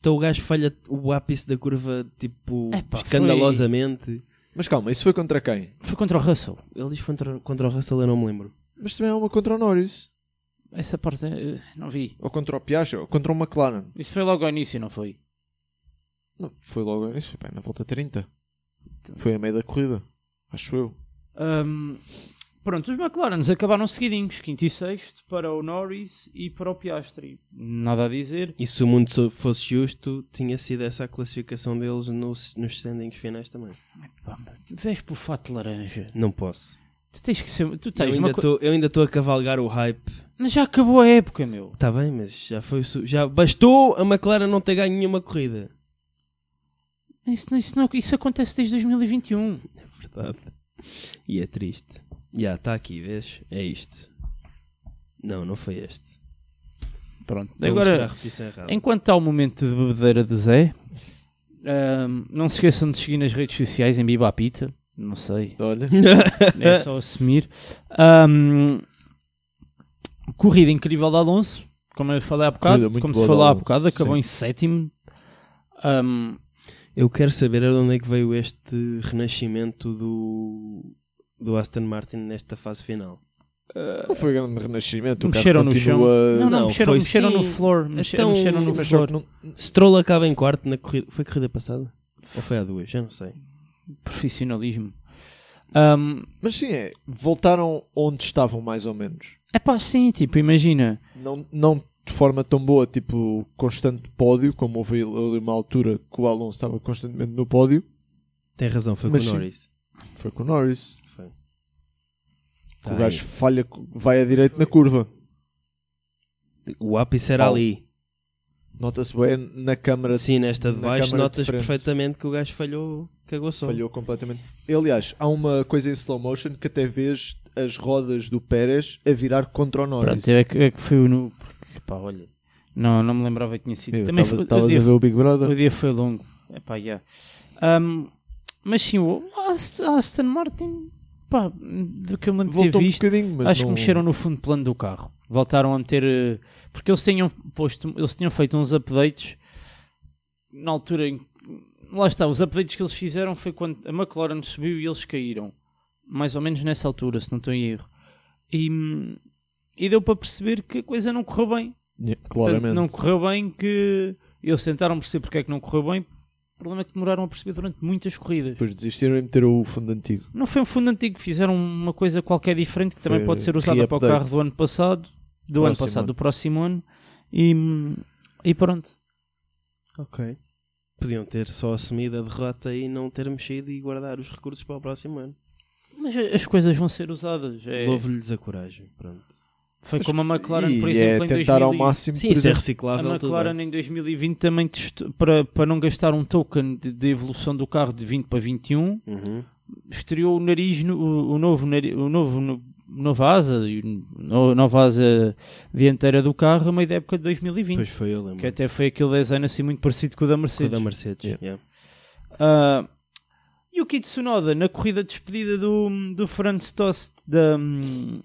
Então o gajo falha o ápice da curva, tipo,
Epá,
escandalosamente.
Mas calma, isso foi contra quem?
Foi contra o Russell.
Ele diz contra, contra o Russell, eu não me lembro.
Mas também é uma contra o Norris.
Essa parte eh, não vi.
Ou contra o Piastra, ou contra o McLaren.
Isso foi logo ao início, não foi?
Não, foi logo. Isso foi bem na volta 30. Foi a meio da corrida. Acho eu.
Ahm, pronto, os McLarens acabaram seguidinhos, quinto e sexto, para o Norris e para o Piastri. Nada a dizer.
E se o mundo so- fosse justo, tinha sido essa a classificação deles nos, nos standings finais também.
Pá, tu vês pelo fato laranja.
Não posso.
Tu tens que ser. Tu
Eu
tens Tá, uma
ainda
co...
tô- eu ainda estou a cavalgar o hype.
Mas já acabou a época, meu.
Está bem, mas já foi. o su- Já bastou a McLaren não ter ganho nenhuma corrida.
Isso, não- isso, não- isso acontece desde 2021.
Verdade. E é triste. Já, está aqui, vês? É isto. Não, não foi este.
Pronto,
Estou a mostrar a
agora.
repetição errada.
Enquanto está o momento de bebedeira de Zé, ahm, não se esqueçam de seguir nas redes sociais em Biba à Pita. Não sei,
Olha.
é só assumir. Ahm, corrida incrível de Alonso, como eu falei há
Corrida
bocado,
muito
como
boa
se
de
falou há
Alonso,
bocado, acabou
sim.
em sétimo. Ahm,
Eu quero saber de onde é que veio este renascimento do, do Aston Martin nesta fase final.
Não foi grande renascimento. O carro
mexeram no chão.
continua-
Não, não,
não,
mexeram,
foi
mexeram no
sim.
floor. mexe-
Então,
mexeram
Sim,
no
mas só
floor.
que não-
Stroll acaba em quarto na corrida. Foi corrida passada? Ou foi há duas? Já não sei.
Profissionalismo. Ahm,
Mas sim, é, voltaram onde estavam mais ou menos.
é pá, sim, tipo, imagina.
Não, não de forma tão boa, tipo constante pódio, como houve ali uma altura que o Alonso estava constantemente no pódio.
Tem razão, foi
Mas
com
sim.
o Norris.
Foi com o Norris.
Foi.
que
Tá
o gajo
aí.
falha, vai a direito na curva.
O ápice era
Paulo.
ali.
Nota-se bem na câmara,
Sim, nesta de
na
baixo
câmara de
notas
frente.
perfeitamente que o gajo falhou, cagou só.
falhou completamente. Aliás, há uma coisa em slow motion que até vês as rodas do Pérez a virar contra o Norris.
Pronto, é que, é que foi o. nu- Porque, pá, olha. Não, não me lembrava que tinha sido.
Eu
Também
tava-
foi- o
Estavas a
dia-
ver o Big Brother?
O dia foi longo. Epá, yeah. Ahm, mas sim, o Ast- Aston Martin, pá, do que eu me lembro de ter
Voltou um
visto,
bocadinho, mas
acho
não...
que mexeram no fundo plano do carro. Voltaram a meter. eh, Porque eles tinham posto, eles tinham feito uns updates na altura em que- Lá está, os updates que eles fizeram foi quando a McLaren subiu e eles caíram. Mais ou menos nessa altura, se não estou em erro. E, hum, e deu para perceber que a coisa não correu bem.
Yeah,
Portanto,
Claramente.
não correu bem que eles tentaram perceber porque é que não correu bem O problema é que demoraram a perceber durante muitas corridas.
Depois desistiram e meteram o fundo antigo.
Não foi um fundo antigo, fizeram uma coisa qualquer diferente que também
Foi
pode ser usada para o
re-update.
carro do ano passado, do ano
Próximo
passado,
ano.
do próximo ano, e, e pronto.
Ok.
Podiam ter só assumido a derrota e não ter mexido e guardar os recursos para o próximo ano.
Mas as coisas vão ser usadas. É,
Louvo-lhes a coragem. Pronto.
foi como a McLaren,
e
por exemplo,
é
em
tentar
2000
ao
e-
máximo. é.
Sim,
por
isso é
exemplo,
A
reciclável. tudo bem.
McLaren em 2020 também testou- para, para não gastar um token de, de evolução do carro de 20 para 21,
Uhum.
estreou o nariz, no- o, o novo nari- o novo no- nova asa, e no- nova asa dianteira do carro, a meio da época de 2020.
Pois foi, eu lembro.
Que até foi aquele design assim muito parecido com o da
Com o
Mercedes.
da Mercedes.
Yeah.
yeah.
Ah, e o Kit Tsunoda na corrida de despedida do, do Franz Tost da,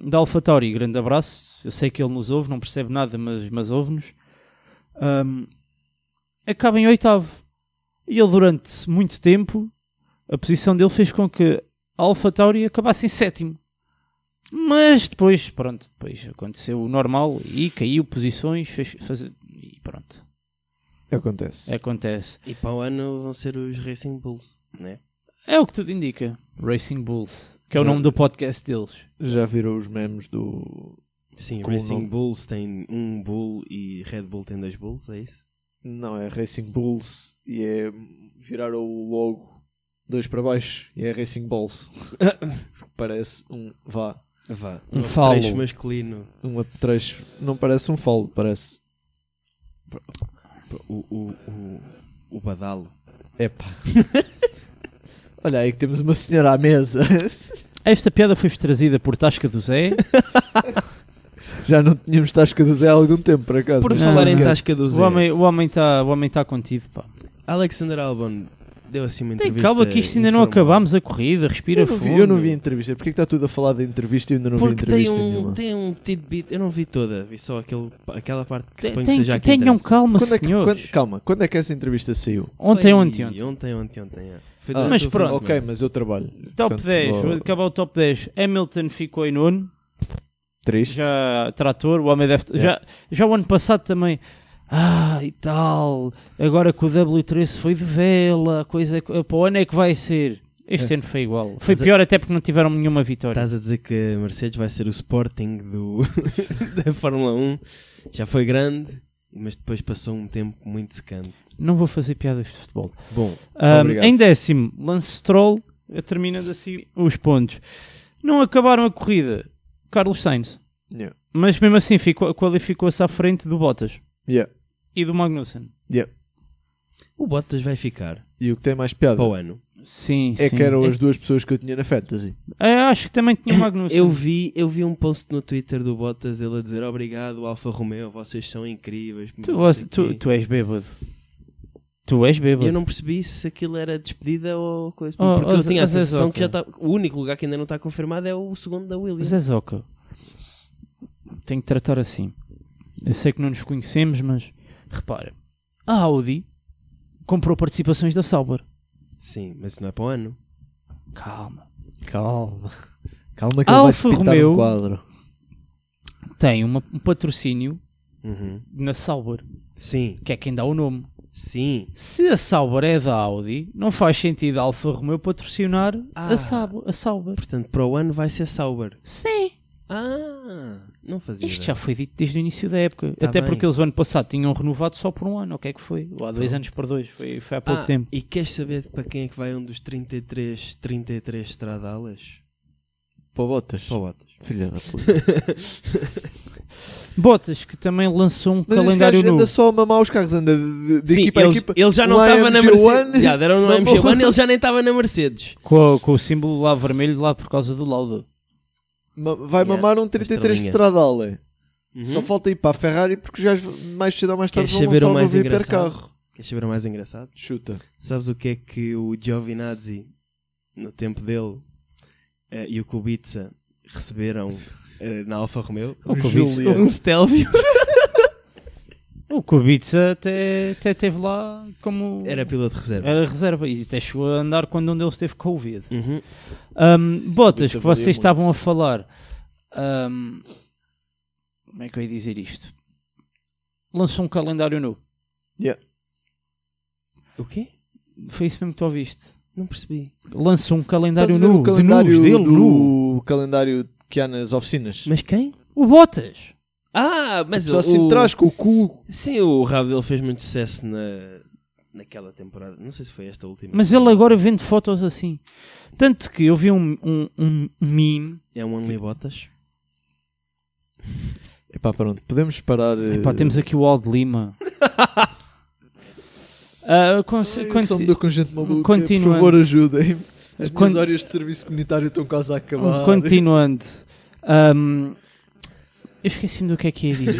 da AlphaTauri. Grande abraço. Eu sei que ele nos ouve, não percebe nada, mas, mas ouve-nos. Ah, acaba em oitavo. E ele, durante muito tempo, a posição dele fez com que a AlphaTauri acabasse em sétimo. Mas depois, pronto, depois aconteceu o normal e caiu posições fez, faz- e pronto,
Acontece.
acontece.
E para o ano vão ser os Racing Bulls, né?
É o que tudo indica. Racing Bulls, que é o
Já-
nome do podcast deles.
Já viram os memes do.
Sim,
Com o
Racing
nome.
Bulls tem um bull e Red Bull tem dois bulls, é isso?
Não, é Racing Bulls e é. Viraram o logo dois para baixo e é Racing Balls. parece um. Vá.
Vá.
Um falo.
trecho masculino.
Um apetrecho. Não parece um falo, parece.
O, o, o, o badalo.
Epá. Olha aí que temos uma senhora à mesa.
Esta piada foi trazida por Tasca do Zé.
Já não tínhamos Tasca do Zé há algum tempo, por acaso.
Por
Não,
falar em
não.
Tasca do Zé,
O homem o homem está tá contido. Pá.
Alexander Albon deu assim uma
Tem
entrevista.
calma que isto ainda não
informal.
acabámos a corrida. Respira
Eu não,
fundo.
vi, eu não vi a entrevista. Porquê que está tudo a falar da entrevista e ainda não vi
Porque tem
entrevista
um,
nenhuma?
tem um tidbit, eu não vi toda, vi só aquele, aquela parte que
Tem-
suponho que
tem-
seja aqui.
tenham calma,
Quando é que-
senhores.
quando- calma, quando é que essa entrevista saiu?
Ontem, ontem, ontem.
Ontem, ontem, ontem. é. Foi
Ah,
durante
mas
o fim de
pronto.
semana.
Ok, mas eu trabalho.
Top
Portanto,
10.
vou-
Vou acabar o top 10. Hamilton ficou em nono.
Triste.
Já trator. O homem deve. Já, já o ano passado também. Ah, e tal. Agora que o W13 foi de vela. a Coisa, que- para o ano é que vai ser. Este ano foi igual. Foi
Mas a-
pior até porque não tiveram nenhuma vitória.
Estás a dizer que a Mercedes vai ser o Sporting do, da Fórmula 1. Já foi grande, mas depois passou um tempo muito secante.
Não vou fazer piadas de futebol.
Bom,
Ahm,
Obrigado.
em décimo, Lance Stroll, eh, terminando assim os pontos. Não acabaram a corrida, Carlos Sainz,
Yeah.
mas mesmo assim ficou- qualificou-se à frente do Bottas
Yeah.
e do Magnussen.
Yeah.
o Bottas vai ficar
E o que tem mais piada
para o ano.
Sim,
é
sim.
que eram as duas pessoas que eu tinha na Fantasy.
Eh, acho que também tinha o Magnussen.
Eu vi, eu vi um post no Twitter do Bottas ele a dizer obrigado Alfa Romeo, vocês são incríveis.
Tu,
não sei
tu-
quê."
tu és bêbado. Tu és bêbado.
Eu não percebi se aquilo era despedida ou coisa.
Oh,
Porque
oh,
eu tinha a
oh, Zé
sensação que já
Zoca.
está. O único lugar que ainda não está confirmado é o segundo da Williams.
Zé Zoca, tenho que tratar assim. Eu sei que não nos conhecemos, mas repara, a Audi comprou participações da Sauber.
Sim, mas isso não é para o ano.
Calma.
Calma. Calma que ele
Alfa
vai te pintar
Romeo.
um quadro.
Tem uma- um patrocínio
Uhum.
na Sauber,
Sim,
que é quem dá o nome.
sim.
Se a Sauber é da Audi, não faz sentido a Alfa Romeo patrocinar
Ah.
a, Sauber, a Sauber.
Portanto, para o ano vai ser Sauber.
Sim,
Ah, não fazia.
isto já foi dito desde o início da época.
Tá
Até
bem.
porque eles o ano passado tinham renovado só por um ano, o que é que foi? Ou há dois anos por dois, foi, foi há pouco
Ah,
tempo.
E queres saber para quem é que vai um dos 33, 33 estradalas?
Para o Botas.
Para o Bottas.
Filha da puta.
Bottas, que também lançou um
Mas
calendário
esse gajo
é
novo.
anda só a mamar os carros, anda de, de
Sim,
equipa a
eles-
equipa.
ele já não
Um é
estava na
MG1.
Mercedes. Já deram um no
Não,
MG1, ele já nem estava na Mercedes.
Com, com o símbolo lá vermelho lá por causa do laudo.
Ma- Vai
Yeah,
mamar um
uma
33
estrelinha.
Stradale. Só
Uhum.
falta ir para a Ferrari porque os gajos mais cedo ou mais tarde
Queres
vão
saber
lançar um
o mais
novo
engraçado?
hipercarro.
Queres saber o mais engraçado?
Chuta.
Sabes o que é que o Giovinazzi, no tempo dele, eh, e o Kubica receberam eh, na Alfa Romeo?
O Kubica,
Júlia.
Um Stelvio.
o Kubica até, até teve lá como...
Era piloto de reserva.
Era reserva e até chegou a andar quando um deles teve Covid.
É.
Uhum.
Um, botas
Isso
que
varia
vocês
muito.
estavam a falar. um, como é que eu ia dizer isto? Lançou um calendário novo.
Yeah.
O quê?
Foi isso mesmo que tu ouviste.
Não percebi.
Lançou um
Estás
calendário
a ver
nu,
o
de
calendário
nus dele,
do
nu.
calendário que há nas oficinas.
Mas quem?
O Bottas.
Ah, mas
Tipo, Só
o...
se traz com o cu.
Sim, o rabo dele fez muito sucesso na... naquela temporada. Não sei se foi esta última.
Mas ele agora vende fotos assim. Tanto que eu vi um, um, um meme.
É um Only Botas.
Epá, pronto, podemos parar.
Epá, temos aqui o Aldo Lima. Ah, con-
a
conti-
som do um conjunto maluco. Por
continuando.
favor, ajudem. me As minhas
Con-
horas de serviço comunitário estão quase a acabar.
Continuando. um Ahm, eu esqueci-me do que é que ia dizer.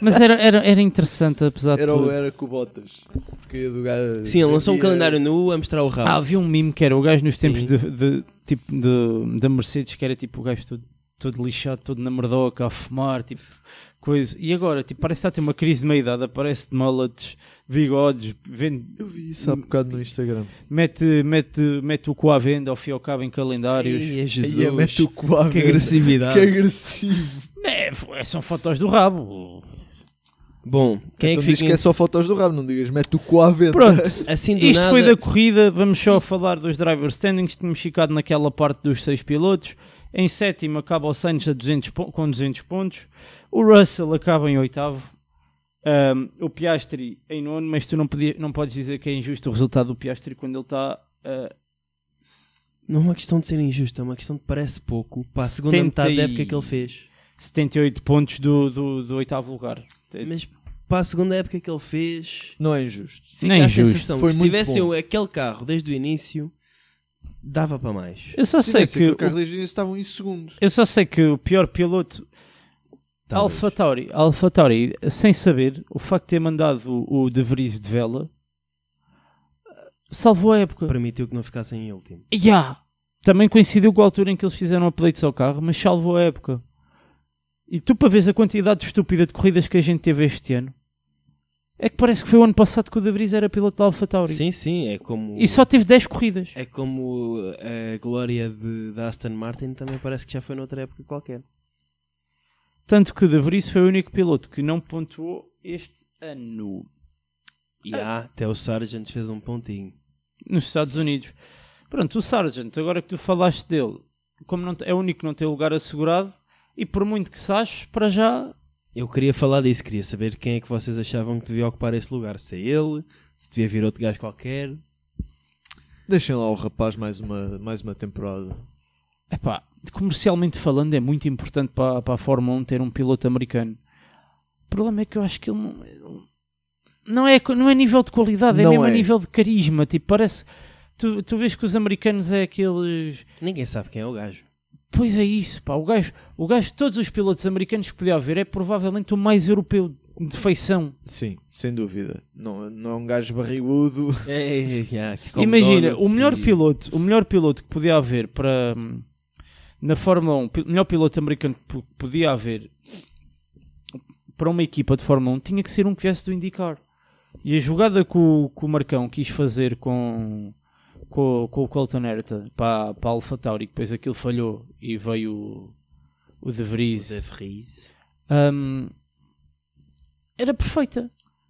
Mas era, era, era interessante, apesar de
Era
tudo.
o era com botas. Porque é do gajo-
Sim, ele lançou um
Era-
calendário nu a mostrar o
Ah,
rabo.
havia um meme que era o gajo nos tempos
Sim.
de, de- tipo, de, da Mercedes, que era tipo o gajo todo, todo lixado, todo na merdoca, a fumar, tipo, coisa. E agora, tipo, parece que está a ter uma crise de meia-idade, aparece de mullets, bigodes, vende,
Eu vi isso há bocado no Instagram.
mete, mete, mete o cu à venda, ao fio ao cabo em calendários.
Ei, é
Aí é mete o cu à
Que
venda.
agressividade.
Que agressivo.
É, f- são fotos do rabo.
Bom, quem é
então
que
diz
fica...
que é só fotos do rabo, não digas mete o cu à venda.
Pronto.
Assim do
Isto
nada...
foi da corrida, vamos só falar dos driver standings, tínhamos ficado naquela parte dos seis pilotos. Em sétimo acaba o Sainz a 200 pon- com 200 pontos. O Russell acaba em oitavo. Ahm, o Piastri em nono, mas tu não, podia, não podes dizer que é injusto o resultado do Piastri quando ele está ah,
Não é uma questão de ser injusto, é uma questão de parece pouco para a segunda
70
metade da
e-
época que ele fez.
78 pontos do, do, do oitavo lugar.
Mas para a segunda época que ele fez,
Não é injusto.
fica
Nem
a
justo.
sensação
Foi
que se
muito
tivessem
bom.
aquele carro desde o início, dava para mais.
Eu só
Se
sei
tivesse
que
aquele
o-
carro desde o início estavam em segundo.
eu só sei que o pior piloto
Talvez.
Alfa Tauri, Alfa Tauri, sem saber, o facto de ter mandado o, o De Vries de vela salvou a época.
Permitiu que não ficassem em último.
Ya! Também coincidiu com a altura em que eles fizeram updates ao carro, mas salvou a época. E tu, para veres a quantidade estúpida de corridas que a gente teve este ano, é que parece que foi o ano passado que o De Vries era piloto da Alfa Tauri.
Sim, sim, é como.
E só teve 10 corridas.
É como eh, a glória de, da Aston Martin também parece que já foi noutra época qualquer.
Tanto que o De Vries foi o único piloto que não pontuou este ano.
E há, até o Sargent fez um pontinho.
nos Estados Unidos. Pronto, o Sargent, agora que tu falaste dele, como não te- é o único que não tem lugar assegurado, e por muito que saches, para já.
Eu queria falar disso, queria saber quem é que vocês achavam que devia ocupar esse lugar. Se é ele, se devia vir outro gajo qualquer.
Deixem lá o rapaz mais uma, mais uma temporada.
Epá, comercialmente falando, é muito importante para, para a Fórmula 1 ter um piloto americano. O problema é que eu acho que ele não. ele- Não é, co- não é nível de qualidade, é
Não
mesmo a
é.
nível de carisma. Tipo, parece. Tu, tu vês que os americanos é aqueles.
Ninguém sabe quem é o gajo.
Pois é isso, pá. O gajo, o gajo de todos os pilotos americanos que podia haver é provavelmente o mais europeu de feição.
Sim, sem dúvida. Não, não é um gajo barrigudo.
É,
Imagina, o melhor piloto, o melhor piloto que podia haver para hum, na Fórmula 1, pi- o melhor piloto americano que po- podia haver para uma equipa de Fórmula 1 tinha que ser um que viesse do IndyCar. E a jogada que o, que o Marcão quis fazer com, com, com o Colton Herta para, para a Alpha Tauri, que depois aquilo falhou e veio o, o De Vries. Hum, era perfeita.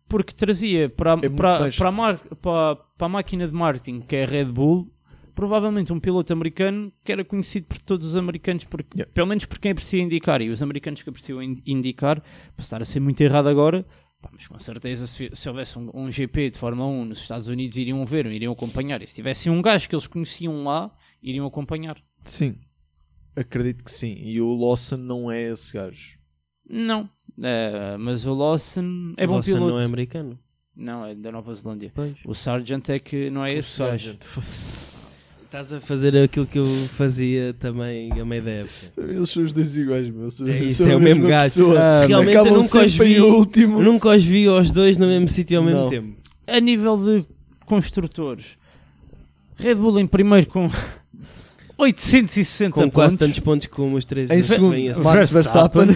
Porque trazia para,
É muito
para,
mais-
para, a mar- para- para a máquina de marketing, que é a Red Bull, provavelmente um piloto americano que era conhecido por todos os americanos, porque,
Yeah.
pelo menos por quem aprecia indicar. E os americanos que apreciam in- indicar, posso estar a ser muito errado agora, pá, mas com certeza se, se houvesse um, um GP de Fórmula 1 nos Estados Unidos iriam ver, iriam acompanhar. E se tivesse um gajo que eles conheciam lá, iriam acompanhar.
Sim. Acredito que sim. E o Lawson não é esse gajo.
Não. Eh, mas o Lawson é bom
Você
piloto.
não é americano.
Não, é da Nova Zelândia.
Pois.
O Sargent é que não é esse gajo.
Sargent.
Estás a fazer aquilo que eu fazia também a meio da época.
Eles são os dois iguais, meu. São-
É
são
isso,
a
é o mesmo
mesma
gajo.
pessoa.
Ah,
Realmente eu
Acabam
nunca os
sempre
vi.
em último.
Nunca os vi os dois no mesmo sítio ao mesmo
Não.
tempo.
A nível de construtores, Red Bull em primeiro com 860
Com quase
pontos.
tantos Então pontos como os três
Em
que
segundo,
vêm a seguir.
Max Verstappen.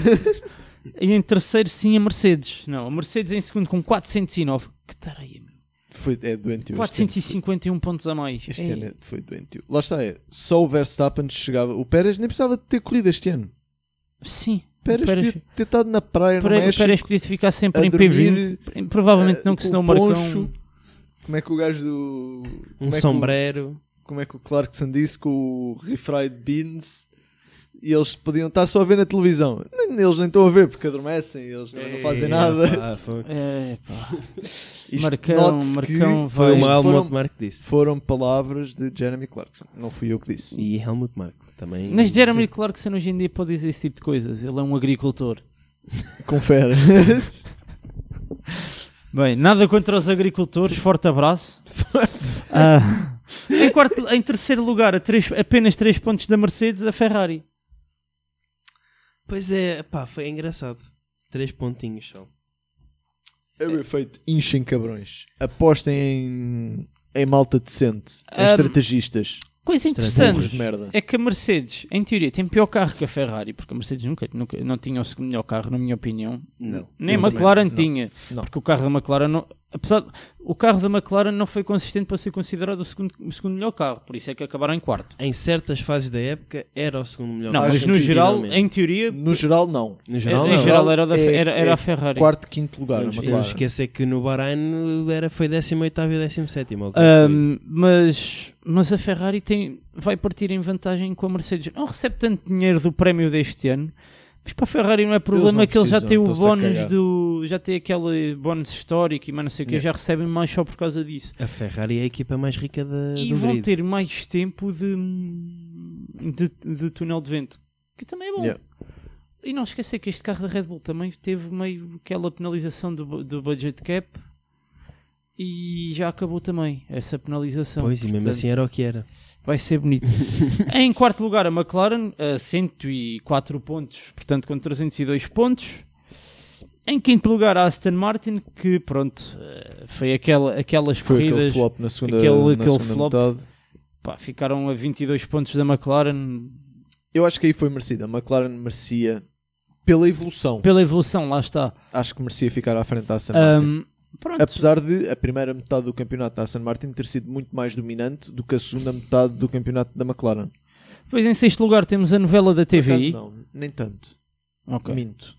E em terceiro, sim, a Mercedes. Não, a Mercedes em segundo com 409. Que tareia, meu.
Foi, é doentio. este ano.
451 pontos a mais.
Este
Ei,
ano é- foi doentio. Lá está, é. Só o Verstappen chegava. O Pérez nem precisava de ter corrido este ano.
Sim.
O Pérez,
o Pérez,
podia ter estado na praia no
Pérez- o
México.
Pérez podia ficar sempre
a
em
dormir, eh,
P20. Provavelmente não, que
com
senão o
o
Marcão...
poncho. Como é que o gajo
Um
do. como é que o-
sombrero.
como é que o Clarkson disse com o refried beans e eles podiam estar só a ver na televisão. Nem- Eles nem estão a ver porque adormecem, eles também não fazem
Ei,
nada.
É, pá, foi
É, pá.
Isto
É. Marcão,
note-se
Marcão
que
foi
vai.
isto
uma Helmut
foram,
Mark que disse.
foram palavras de Jeremy Clarkson, não fui eu que disse.
E Helmut Mark também.
Mas Jeremy Clarkson hoje em dia pode dizer esse tipo de coisas. Ele é um agricultor.
Confere.
Bem, nada contra os agricultores, forte abraço. Ah, em, quarto- em terceiro lugar, a três- apenas 3 pontos da Mercedes, a Ferrari.
Pois é, pá, foi engraçado. Três pontinhos só.
é o efeito enchem cabrões. Apostem em, em malta decente, em
Um,
estrategistas, burros
Coisa
de
interessante
merda.
é que a Mercedes, em teoria, tem pior carro que a Ferrari, porque a Mercedes nunca, nunca- não tinha o segundo melhor carro, na minha opinião.
Não.
Nem a
Não,
McLaren
não,
tinha,
não.
porque o carro da McLaren não. Apesar de- o carro da McLaren não foi consistente para ser considerado o segundo, o segundo melhor carro, por isso é que acabaram em quarto.
Em certas fases da época era o segundo melhor.
Não,
carro.
acho
mas no
que
geral,
Em,
em teoria,
No geral, não.
no geral,
em
não.
geral era, o da-
É-
era, era
é
a Ferrari.
Quarto, quinto lugar, é a
Não nos podemos
McLaren.
é
esquecer que no Bahrein era, foi 18 e 17.
Ahm, mas, mas a Ferrari tem, vai partir em vantagem com a Mercedes. Não recebe tanto dinheiro do prémio deste ano, mas para a Ferrari não é problema
não
que eles já
precisam,
têm o
estão-se a
bónus
cagar.
do. já têm aquele bónus histórico e mais não sei o que,
Yeah.
já recebem mais só por causa disso.
a Ferrari é a equipa mais rica
Eh,
da,
E
do
vão
grid.
ter mais tempo de, de, de túnel de vento, que também é bom.
Yeah.
E não esquecer que este carro da Red Bull também teve meio aquela penalização do, bu- do budget cap e já acabou também essa penalização.
Pois, e mesmo
Portanto,
assim era o que era.
Vai ser bonito. em quarto lugar, a McLaren, a 104 pontos, portanto, com 302 pontos. Em quinto lugar, a Aston Martin, que pronto, eh, foi aquela, aquelas
Foi aquele
corridas.
flop na segunda,
aquele-
na
aquele
segunda
flop.
metade.
Pá, ficaram a 22 pontos da McLaren
Eu acho que aí foi merecida. A McLaren merecia pela evolução.
pela evolução, lá está.
Acho que merecia ficar à frente da Aston Martin.
Ahm, pronto,
Apesar de a primeira metade do campeonato da Aston Martin ter sido muito mais dominante do que a segunda metade do campeonato da McLaren.
depois em sexto lugar temos a novela da
Por acaso,
TVI.
não, nem tanto.
Ok.
Minto.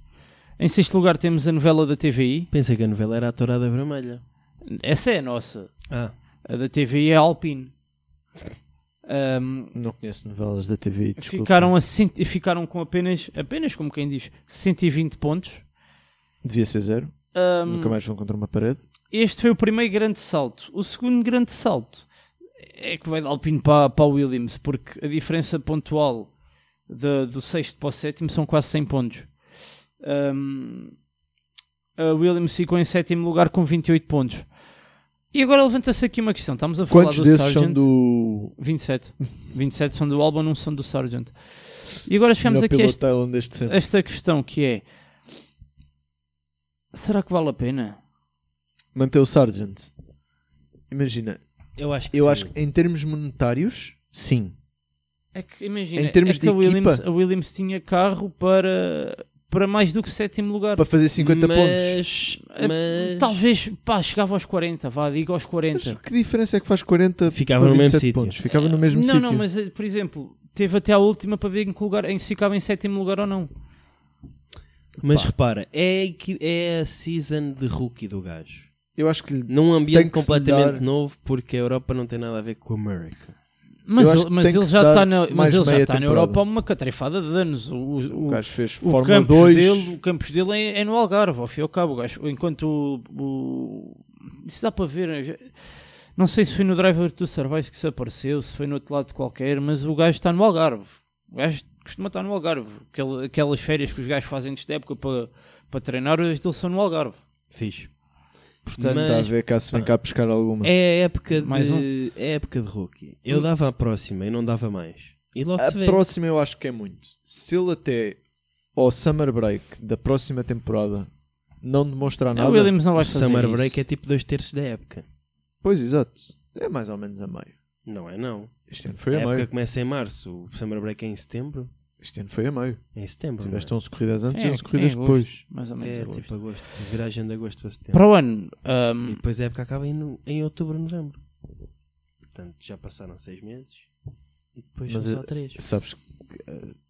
Em sexto lugar temos a novela da TVI.
Pensei que a novela era a Tourada Vermelha.
Essa é a nossa.
Ah,
A da TVI é a Alpine. Ahm,
Não conheço novelas da TVI. desculpa.
ficaram, a cento- ficaram com apenas, apenas como quem diz, 120 pontos.
Devia ser zero.
Ahm,
Nunca mais vão contra uma parede.
este foi o primeiro grande salto. O segundo grande salto é que vai de Alpine para, para a Williams, porque a diferença pontual da- do sexto para o sétimo são quase 100 pontos. Ahm, a Williams ficou em sétimo lugar com 28 pontos. E agora levanta-se aqui uma questão. Estamos a falar
Quantos
do
desses
Sargent.
são do.
27. 27 são do Albon, não são do Sargent. E agora chegamos
Melhor
aqui a este,
pilotão deste sempre?
esta questão que é... Será que vale a pena?
Manter o Sargent. Imagina,
eu acho que
eu
sim.
acho que em termos monetários, sim.
É que imagina,
Em termos
é que
de
a Williams,
equipa-
a Williams tinha carro para, para mais do que sétimo lugar. É,
Para fazer 50 pontos.
mas, Mas...
Talvez, pá, chegava aos 40, vá, digo aos 40.
Mas que diferença é que faz 40
Então. Ficava
para
no mesmo
27
sítio.
pontos? Ficava no mesmo
É. não,
sítio.
não, mas eh, por exemplo, teve até a última para ver em que lugar, em se ficava em sétimo lugar ou não.
Mas repara, é, a equi- é a season de rookie do gajo.
Eu acho que lhe-
Num ambiente
Tem que se
completamente
dar-
novo, porque a Europa não tem nada a ver com a América.
Mas,
Eu acho
ele,
que
mas
tem que
ele
se
já
dar
está na, mas
mais
ele já
meia
está na
temporada.
Europa uma catrefada de anos. O, o,
o gajo fez
o
Fórmula
campus
2.
dele, o campus dele é, é no Algarve, ao fim e ao cabo, o gajo. Enquanto o, o- Isso dá para ver. eu já- Não sei se foi no Driver to Survive que se apareceu, se foi no outro lado qualquer, mas o gajo está no Algarve. O gajo costuma estar no Algarve. Aquele- Aquelas férias que os gajos fazem antes da época para, para treinar, os deles são no Algarve.
Fixe.
Portanto,
Mas-
Está tá a ver um? cá se vem cá pescar alguma.
É a época de,
Mais um.
é a época de rookie. Eu dava a próxima e não dava mais. E logo
a
se vê.
próxima eu acho que é muito. Se ele até ao Summer Break da próxima temporada não demonstrar
a
nada.
Williams não vai
O
fazer
Summer
isso.
Break é tipo dois terços da época.
Pois, exato. É mais ou menos a meio.
Não é não.
Este ano
A
foi a,
época
meio.
começa em março. O Summer Break é em setembro.
Este ano foi a meio.
É em setembro. não é?
Tiveste 11 corridas tipo antes e
Hum. É,
11
é
corridas
agosto,
depois.
Mais ou menos
É
agosto.
tipo agosto. Viragem de agosto para setembro.
Para o ano, um, ahm,
E depois a época acaba em, no- em outubro, novembro. Portanto, já passaram seis meses. E depois
Mas
são
a-
só três.
Sabes que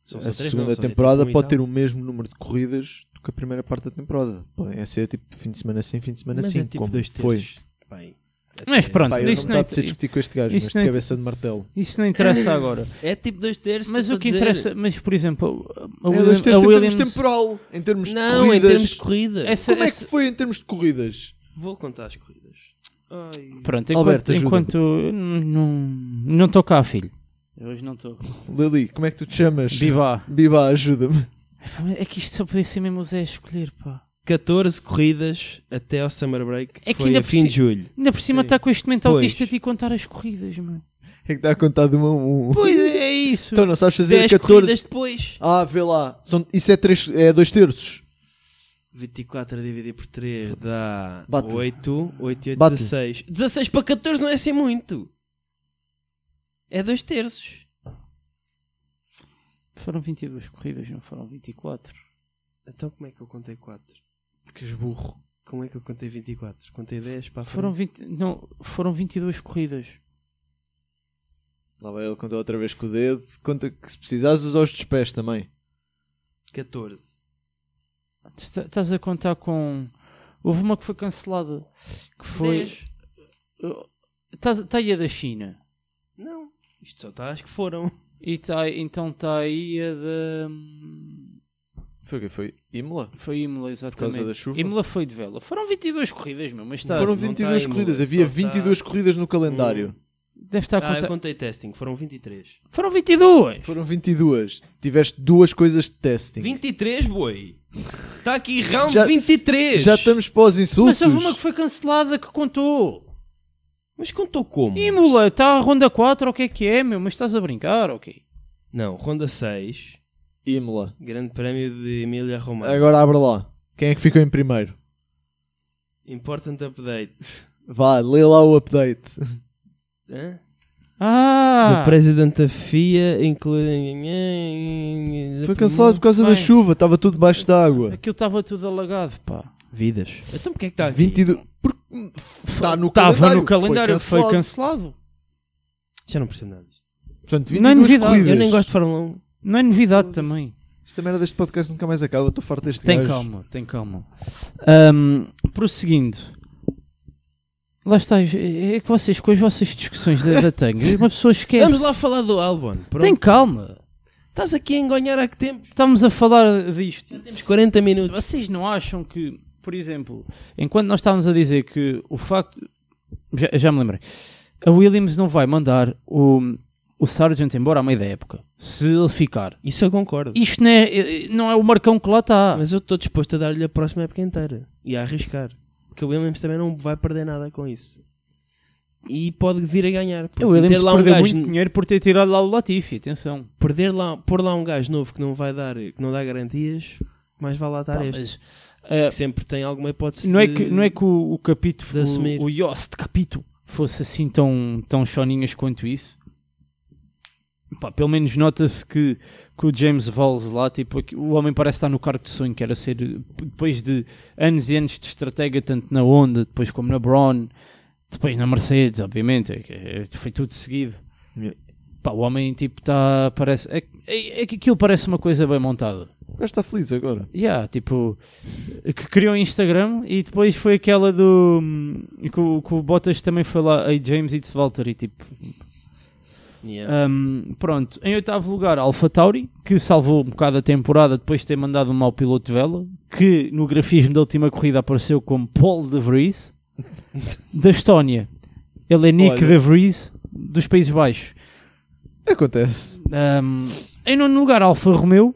São só
a
três,
segunda
não, são tipo
temporada
um e
pode
tal.
ter o mesmo número de corridas do que a primeira parte da temporada. Podem ser tipo fim de semana sim, fim de semana
Mas
sim.
é tipo
como
dois
foi.
terços. Bem,
Mas pronto,
Pá, eu
isso,
não
não
é
me dá para
tipo-
inter-
discutir com este gajo,
isso
mas
não
de
é-
cabeça de martelo.
isso não interessa agora.
É tipo dois terços.
Mas o
estou
que
a dizer.
interessa, mas por exemplo, a, a
É,
Williams.
dois terços
a
em
Williams-
termos temporal, em termos
Não,
de
em
corridas.
termos de corrida.
essa-
Como é
essa-
que foi em termos de corridas?
Vou contar as corridas. Ai.
Pronto,
Alberto,
enquanto,
ajuda-me.
enquanto não não estou cá, filho. Eu hoje não estou.
Lili, como é que tu te chamas?
Viva.
Biba, ajuda-me.
É que isto só podia ser mesmo o Zé a escolher, pá.
14 corridas até ao Summer Break.
É que
foi
ainda
a fim
por
de julho.
Ainda por cima
Sim.
está com este momento
Pois.
autista de ir contar as corridas, mano.
É que está a contar de uma a um.
Pois é isso.
Então não sabes fazer
10
14.
corridas depois.
Ah, vê lá. São... Isso é, três... é dois terços.
24 dividido por 3 dá
Bate.
8, 8 e 8,
Bate.
16. 16 para 14 não é assim muito. É 2 terços.
Foram 22 corridas, não foram 24.
Então como é que eu contei 4?
Porque és burro.
Como é que eu contei 24? Contei 10 para a
Foram, 20, não, foram 22 corridas.
Lá vai ele contar outra vez com o dedo. Conta que se precisares usa os dos pés também.
frente. 14.
Tu tá- Estás a contar com. Houve uma que foi cancelada. Que foi.
10.
Estás- Está aí a da China.
Não. Isto só está as que foram.
E tá, então está aí a da. hum,
Foi o que Foi Imola?
Foi Imola, exatamente.
da chuva?
Imola foi de vela. Foram 22 corridas, meu, mas está.
Foram
não
22
tá
corridas.
Imola, só
Havia
tá-
22 corridas no calendário.
Hum. Deve estar a
Ah,
contar.
eu contei testing. Foram 23.
Foram 22!
Foram 22. Tiveste duas coisas de testing.
23, boi. Está aqui round
Já-
23.
Já estamos para os insultos.
Mas houve uma que foi cancelada que contou.
Mas contou como?
Imola, está a ronda 4, o que é que é, meu? Mas estás a brincar, ok.
Não, ronda 6.
Imola.
Grande prémio de Emília Romagna.
Agora abre lá. Quem é que ficou em primeiro?
Important update.
Vá, lê lá o update.
Hã?
Ah!
O presidente da FIA, incluindo.
Foi cancelado por causa da
Bem.
chuva, estava tudo debaixo da água.
Aquilo estava tudo alagado, pá.
Vidas. Então porquê é que está aqui?
22. Porque está Tá no
Estava
calendário.
Tá no calendário, foi
cancelado.
cancelado.
Já não percebo nada disto.
Portanto,
Não é
22
novidade,
corridas.
Eu nem gosto de Fórmula 1.
Não é novidade também.
Esta merda deste podcast nunca mais acaba. Estou farto deste
Tem
gajo.
calma, tem calma. Ahm, prosseguindo. Lá está, é que vocês, com as vossas discussões da, da Tanga, uma pessoa
é
esquece.
Vamos lá falar do Albon. Pronto.
tem calma.
Estás aqui a enganhar há que tempo?
Estamos a falar disto.
Já temos 40 minutos.
Vocês não acham que, por exemplo, enquanto nós estávamos a dizer que o facto. Já, já me lembrei. A Williams não vai mandar o, o Sargent embora à meio da época. Se ele ficar.
Isso eu concordo.
Isto não é, não é o marcão que lá está.
Mas eu estou disposto a dar-lhe a próxima época inteira e a arriscar. Porque o Williams também não vai perder nada com isso. E pode vir a ganhar. porque
O Williams
ter lá um
perdeu
gajo-
muito dinheiro por ter tirado lá o Latifi, atenção.
perder lá, pôr lá um gajo novo que não vai dar, que não dá garantias, mais vai lá estar
Pá,
este.
mas, ah,
Que sempre tem alguma hipótese
não, é
de-
que, não é que o, o capítulo,
de assumir.
o, o Yost capítulo, fosse assim tão, tão choninhas quanto isso. Pá, pelo menos nota-se que, que o James Valls lá, tipo, aqui- o homem parece estar no cargo de sonho, que era ser, depois de anos e anos de estratega, tanto na Honda, depois como na Braun, depois na Mercedes, obviamente, é que- é- foi tudo seguido.
Yeah.
Pá, o homem, tipo, está, parece, é, é- é que aquilo parece uma coisa bem montada.
O gajo está feliz agora.
Yeah, tipo, que criou Instagram e depois foi aquela do. hum, que, o, que o Bottas também foi lá, a James It's Walter, e tipo.
Yeah.
hum, pronto, em oitavo lugar, Alpha Tauri, que salvou um bocado a temporada depois de ter mandado um mau piloto de vela, que no grafismo da última corrida apareceu como Paul de Vries, da Estónia. Ele é Nick
Olha.
de Vries, dos Países Baixos.
Acontece.
Um, em nono lugar, Alfa Romeo,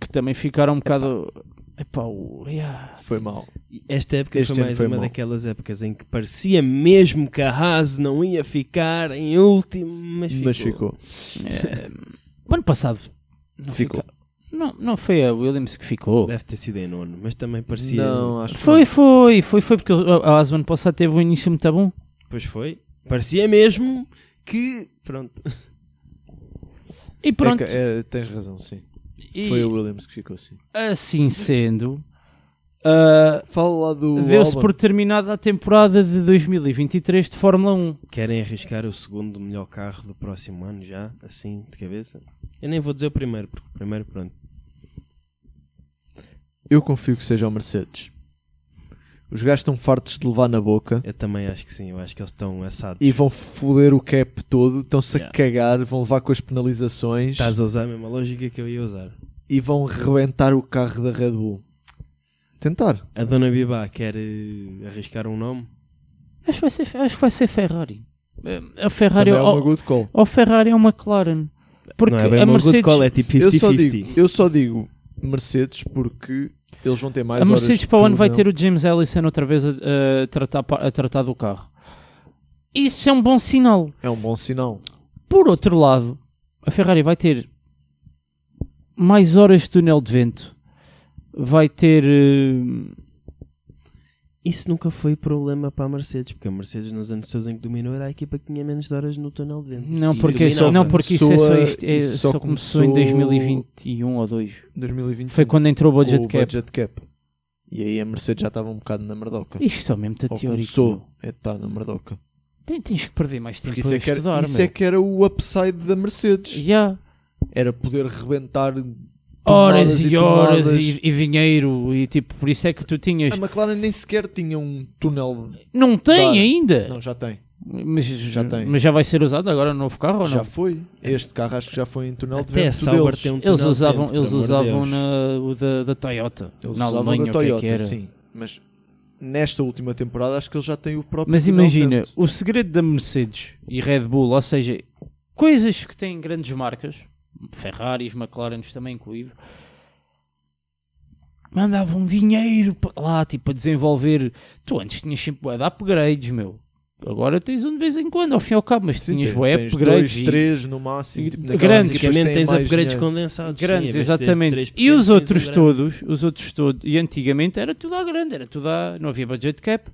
que também ficaram um bocado. Epá, o- yeah.
Foi mal.
E Esta época
Este
foi
ano
mais
foi
uma
mau.
daquelas épocas em que parecia mesmo que a Haas não ia ficar em último, mas ficou.
Mas ficou.
Ehm, O ano passado não
Ficou.
fica- Não, não foi a Williams que ficou.
Deve ter sido em nono, mas também parecia.
Não, acho que
Foi, foi, foi, foi, porque a Asman ano passado teve um início muito bom.
Pois foi. Parecia mesmo que. Pronto.
E
não. É
pronto.
que- é, tens razão, sim.
E,
Foi o Williams que ficou assim.
Assim sendo, ah,
Fala lá do.
deu-se
Albon.
por terminada a temporada de 2023 de Fórmula 1.
Querem arriscar o segundo melhor carro do próximo ano já, assim, de cabeça? Eu nem vou dizer o primeiro, porque o primeiro, pronto.
Eu confio que seja o Mercedes. Os gajos estão fartos de levar na boca
Eu também acho que sim, eu acho que eles estão assados.
e vão foder o cap todo, estão-se
Yeah.
a cagar, vão levar com as penalizações
Estás a usar a mesma lógica que eu ia usar.
e vão rebentar o carro da Red Bull. Tentar.
A Dona Bibá quer eh, arriscar um nome?
Acho que vai ser, acho que vai ser Ferrari. Eh, A Ferrari
Também é uma
ou,
good call.
ou Ferrari ou McLaren. Porque
não é bem
a
uma good
Mercedes,
call, é tipo
eu, só
50-50.
digo, eu só digo Mercedes porque eles vão ter mais
a
horas
Mercedes
de
para o ano vai
televisão.
ter o James Ellison outra vez a, a tratar, pa- a tratar do carro. Isso é um bom sinal.
É um bom sinal.
Por outro lado, a Ferrari vai ter mais horas de túnel de vento. Vai ter. eh,
Isso nunca foi problema para a Mercedes, porque a Mercedes nos anos todos em que dominou era a equipa que tinha menos de horas no túnel de vento.
Não,
Sim,
porque,
dominava.
isso, não, porque isso, é só,
começou a-
isto, é-
isso
só
só
começou em
começou-
2021 ou 2.
2020
Foi quando entrou o budget cap.
E aí a Mercedes já estava um bocado na merdoca.
Isto é mesmo
Ou
teórico.
começou a estar na merdoca.
Tem, tens que perder mais tempo
Porque isso
a
é, que era,
estudar.
isso
meu.
é que era o upside da Mercedes.
Yeah.
Era poder rebentar
Horas
toneladas
e horas
toneladas.
e, e dinheiro. E tipo, por isso é que tu tinhas.
A McLaren nem sequer tinha um túnel.
Não tem
Claro.
ainda.
Não, já tem.
Mas, já
tem.
mas já vai ser usado agora no novo carro ou
Já
não? É.
foi. Este carro acho que já foi em túnel de
Até a
vento
Sauber
deles.
tem um túnel
Eles
de
usavam,
vento,
eles
por amor de
usavam
Deus.
na, o da, da Toyota.
Eles
na
usavam
Alemanha,
da
o que é que
Toyota,
era.
sim. Mas nesta última temporada acho que eles já têm o próprio
Mas
túnel de
imagina,
vento.
o segredo da Mercedes e Red Bull, ou seja, coisas que têm grandes marcas, Ferraris, McLarens também incluído, mandavam dinheiro pa- lá, tipo, a desenvolver. Tu antes tinhas sempre bué de upgrades, meu. Agora tens um de vez em quando, ao fim e ao cabo, mas
Sim,
tinhas
tens-
bué
tens
upgrades.
dois,
e-
três no máximo.
e
tipo, naquelas
grandes.
equipas
Basicamente
que têm
tens
mais
upgrades
dinheiro.
condensados. sim, é
Grandes,
em vez de teres três
exatamente. E
pequenos,
os
tens um
outros
grande.
todos, os outros todos, e antigamente era tudo à grande, era tudo à, não havia budget cap,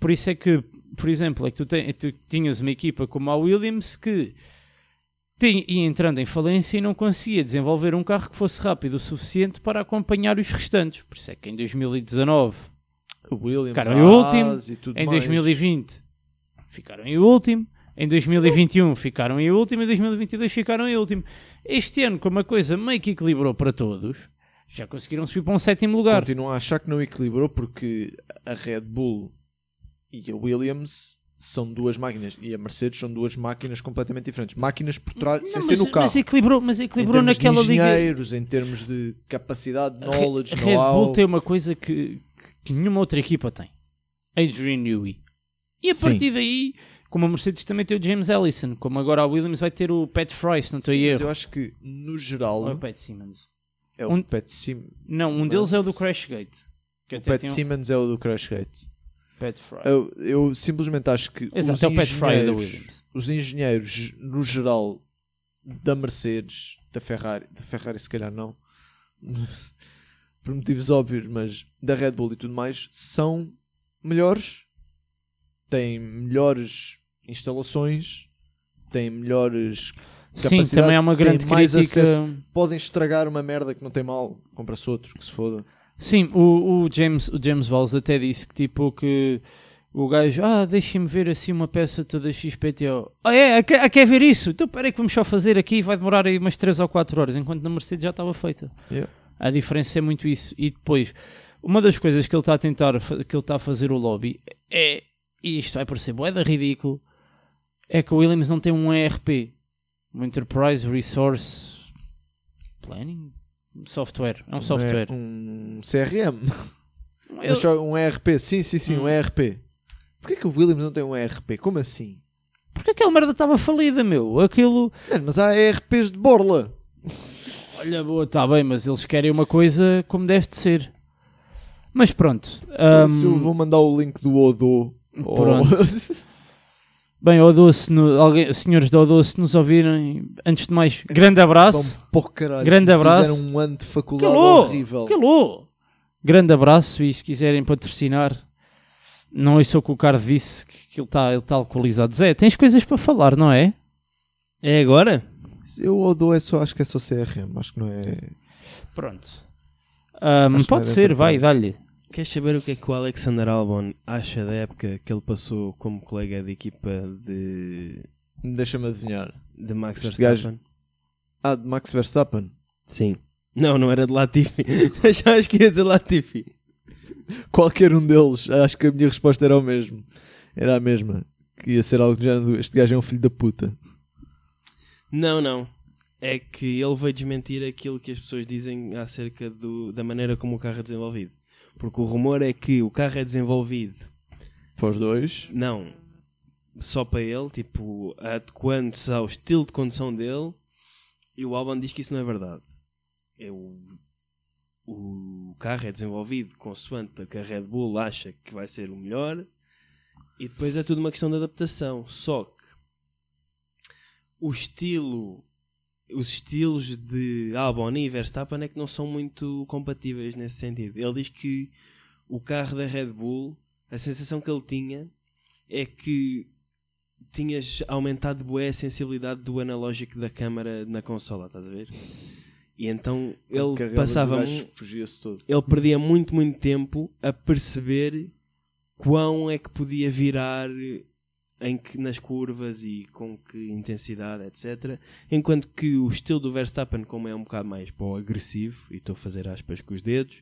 por isso é que, por exemplo, é que tu, ten- tu tinhas uma equipa como a Williams que tinha, ia entrando em falência e não conseguia desenvolver um carro que fosse rápido o suficiente para acompanhar os restantes, por isso é que em 2019,
O Williams,
Cara,
a
e o último,
Haas e tudo
em
mais.
2020 ficaram em último, em 2021 ficaram em último, em 2022 ficaram em último. Este ano, como a coisa meio que equilibrou para todos, já conseguiram subir para um sétimo lugar.
Continuo a achar que não equilibrou porque a Red Bull e a Williams são duas máquinas e a Mercedes são duas máquinas completamente diferentes. Máquinas por trás,
Não,
sem ser
mas,
no carro.
mas equilibrou, mas equilibrou
em termos
naquela
de
liga.
engenheiros, em termos de capacidade,
Re-
knowledge,
Red Bull
know-how.
tem uma coisa que, que nenhuma outra equipa tem. Adrian Newey. E a
Sim.
partir daí, como a Mercedes também tem o James Ellison, como agora a Williams vai ter o Pat Fry, se não estou
Sim, mas
a um erro.
eu acho que no
Ou é o
geral
Pat Simmons?
é
Um-
o Pat Simmons.
Não, um
Mas-
deles é o do Crashgate. Que
O
até
Pat
tem um-
Simmons é o do Crashgate.
Pat Fry.
Eu, eu simplesmente acho que Ah, os
Exato, é o Pat Fry da
engenheiros-
Williams.
os engenheiros no geral da Mercedes, da Ferrari, da Ferrari se calhar não, por motivos óbvios, mas da Red Bull e tudo mais, são melhores, têm melhores instalações, têm melhores
Sim,
capacidade,
também é uma
têm
grande
mais
crítica.
acesso. podem estragar uma merda que não tem mal, compra-se outro, que se foda.
Sim, o, o James, o James Valls até disse que tipo que o gajo, ah, deixem-me ver assim uma peça toda XPTO. Ah, é? Ah, Quer, ah, quer ver isso? Então peraí que vamos só fazer aqui e vai demorar aí umas 3 ou 4 horas, enquanto na Mercedes já estava feita.
Yeah.
A diferença é muito isso. E depois, uma das coisas que ele está a tentar, fa- que ele está a fazer o lobby é, e isto vai parecer boeda ridículo, é que o Williams não tem um ERP, um Enterprise Resource Planning Software. É um software.
Um CRM.
Eu-
Mas só um ERP, sim, sim, sim,
Hum.
um ERP. Porquê que o Williams não tem um ERP? Como assim?
Porque aquela merda estava falida, meu. Aquilo.
Mano, mas há ERPs de borla.
Olha, boa, está bem, mas eles querem uma coisa como deve de ser. Mas pronto.
Então, Se
hum,
eu vou mandar o link do Odo. oh, ou-
Pronto. Bem, Odô, se no- alguém, senhores da Odô, se nos ouvirem, antes de mais, grande abraço.
Vão para o caralho.
Ah, Grande abraço.
Fizeram um ano de faculdade
Calou!
horrível.
Calou! Grande abraço e se quiserem patrocinar, não ouçam o que o Cardo disse, que que ele está ele tá alcoolizado. Zé, tens coisas para falar, não é?
É agora?
Eu Odo é só, acho que é só CRM, acho que não é.
Pronto. Hum,
Acho que
pode
não é
ser, vai,
Enterprise.
dá-lhe.
Queres saber o que é que o Alexander Albon acha da época que ele passou como colega de equipa de,
Deixa-me adivinhar.
de Max
Este
Verstappen?
Ah, de Max Verstappen.
Sim. Não, não era de Latifi. Já acho que ia dizer Latifi.
qualquer um deles, acho que a minha resposta era o mesmo. Era a mesma. Que ia ser algo do género, este gajo é um filho da puta.
Não, não. É que ele veio desmentir aquilo que as pessoas dizem acerca do- da maneira como o carro é desenvolvido. Porque o rumor é que o carro é desenvolvido,
Para os dois.
não só para ele, tipo, adequando-se ao estilo de condução dele. E o Alban diz que isso não é verdade. É o, o carro é desenvolvido consoante o que a Red Bull acha que vai ser o melhor. E depois é tudo uma questão de adaptação. Só que o estilo, os estilos de Albon e Verstappen é que não são muito compatíveis nesse sentido. Ele diz que o carro da Red Bull, a sensação que ele tinha é que tinhas aumentado bué a sensibilidade do analógico da câmara na consola, estás a ver? E então ele
Carregava
passava
do gajo,
mu-
Fugia-se todo.
ele perdia muito, muito tempo a perceber quão é que podia virar em que- nas curvas e com que intensidade, etc. Enquanto que o estilo do Verstappen, como é um bocado mais para o agressivo, e estou a fazer aspas com os dedos,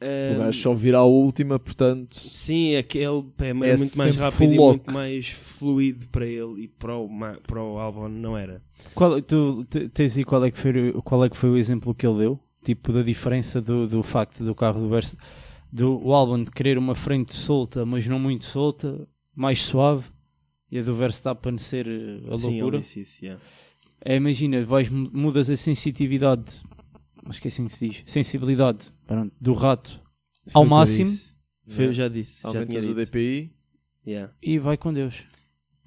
O
ah,
gajo só virá a última, portanto.
Sim, aquele é,
É
muito mais
sempre
rápido e
full
muito
lock.
mais fluido para ele e para o, Ma- para o Albon não era.
Qual, é tu te- tens aí qual é, que foi, o- qual é que foi o exemplo que ele deu? Tipo, da diferença do, do facto do carro do Versa, do o Albon de querer uma frente solta, mas não muito solta, mais suave, e a do Verstappen ser eh, a
Sim, ele
loucura.
disse isso, yeah.
É, imagina, vais, mu- mudas a sensitividade, acho que é assim que se diz, sensibilidade pronto, do rato
Foi o que eu
máximo?
disse. Foi, eu já disse. Já tinha
Aumentas o
dito.
DPI.
Yeah.
e vai com Deus.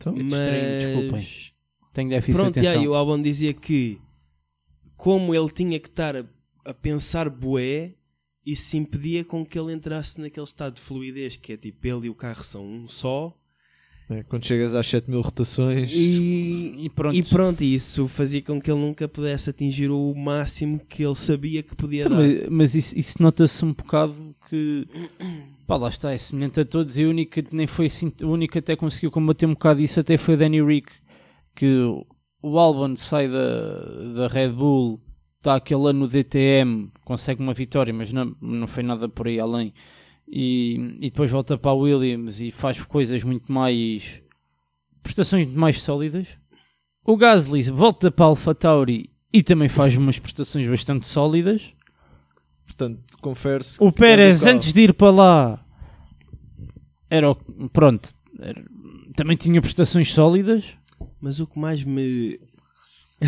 Eu distraí-me, desculpem.
Então, Mas...
Tenho déficit
Pronto,
de
e
atenção.
aí o Albon dizia que como ele tinha que estar a, a pensar bué, isso impedia com que ele entrasse naquele estado de fluidez que é tipo ele e o carro são um só.
É, quando chegas às 7 mil rotações.
E,
E pronto.
e pronto, e isso fazia com que ele nunca pudesse atingir o máximo que ele sabia que podia
Então,
dar.
mas, mas isso, isso nota-se um bocado que pá, lá está, é semelhante a todos e o único que nem foi assim, o único que até conseguiu combater um bocado isso até foi o Danny Rick, que o Albon sai da, da Red Bull, está aquele ano no DTM, consegue uma vitória, mas não, não foi nada por aí além, e, e depois volta para a Williams e faz coisas muito mais prestações muito mais sólidas. O Gasly volta para a AlphaTauri e também faz umas prestações bastante sólidas.
Portanto, confere-se.
O
que era
Pérez,
carro.
antes de ir para lá, era o- pronto, era- também tinha prestações sólidas.
Mas o que mais me.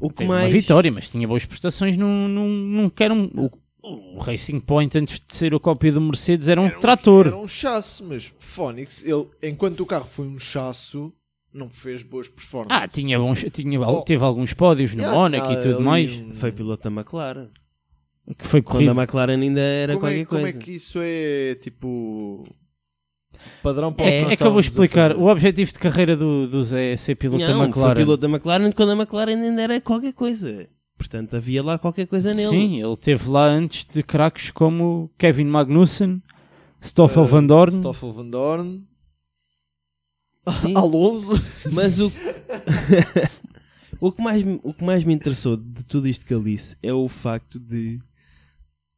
o que
Teve uma
mais.
vitória, mas tinha boas prestações. Não, não, não quero um- o, o Racing Point, antes de ser a cópia do Mercedes, era um trator.
Era um chasso, mas Fónix, ele, enquanto o carro foi um chasso, não fez boas performances.
Ah, tinha bons, tinha, al-
Oh.
teve alguns pódios no
Yeah,
Mónaco
ah,
e tudo
ali
mais.
um-
Foi piloto da McLaren.
Que foi
Quando
corrido.
a McLaren ainda era
como,
qualquer
é, como é
coisa.
que isso é tipo. Padrão para o
É,
nós
é que eu vou
estávamos a
explicar.
fazer?
O objetivo de carreira do, do Zé é ser piloto da
Não, foi
McLaren.
piloto da McLaren quando a McLaren ainda era qualquer coisa. Portanto, havia lá qualquer coisa nele.
Sim, ele teve lá antes de craques como Kevin Magnussen,
Eh,
Stoffel Van Dorn.
Stoffel Van Dorn.
Sim.
Alonso.
Mas o. o, que mais, me- o que mais me interessou de tudo isto que ele disse é o facto de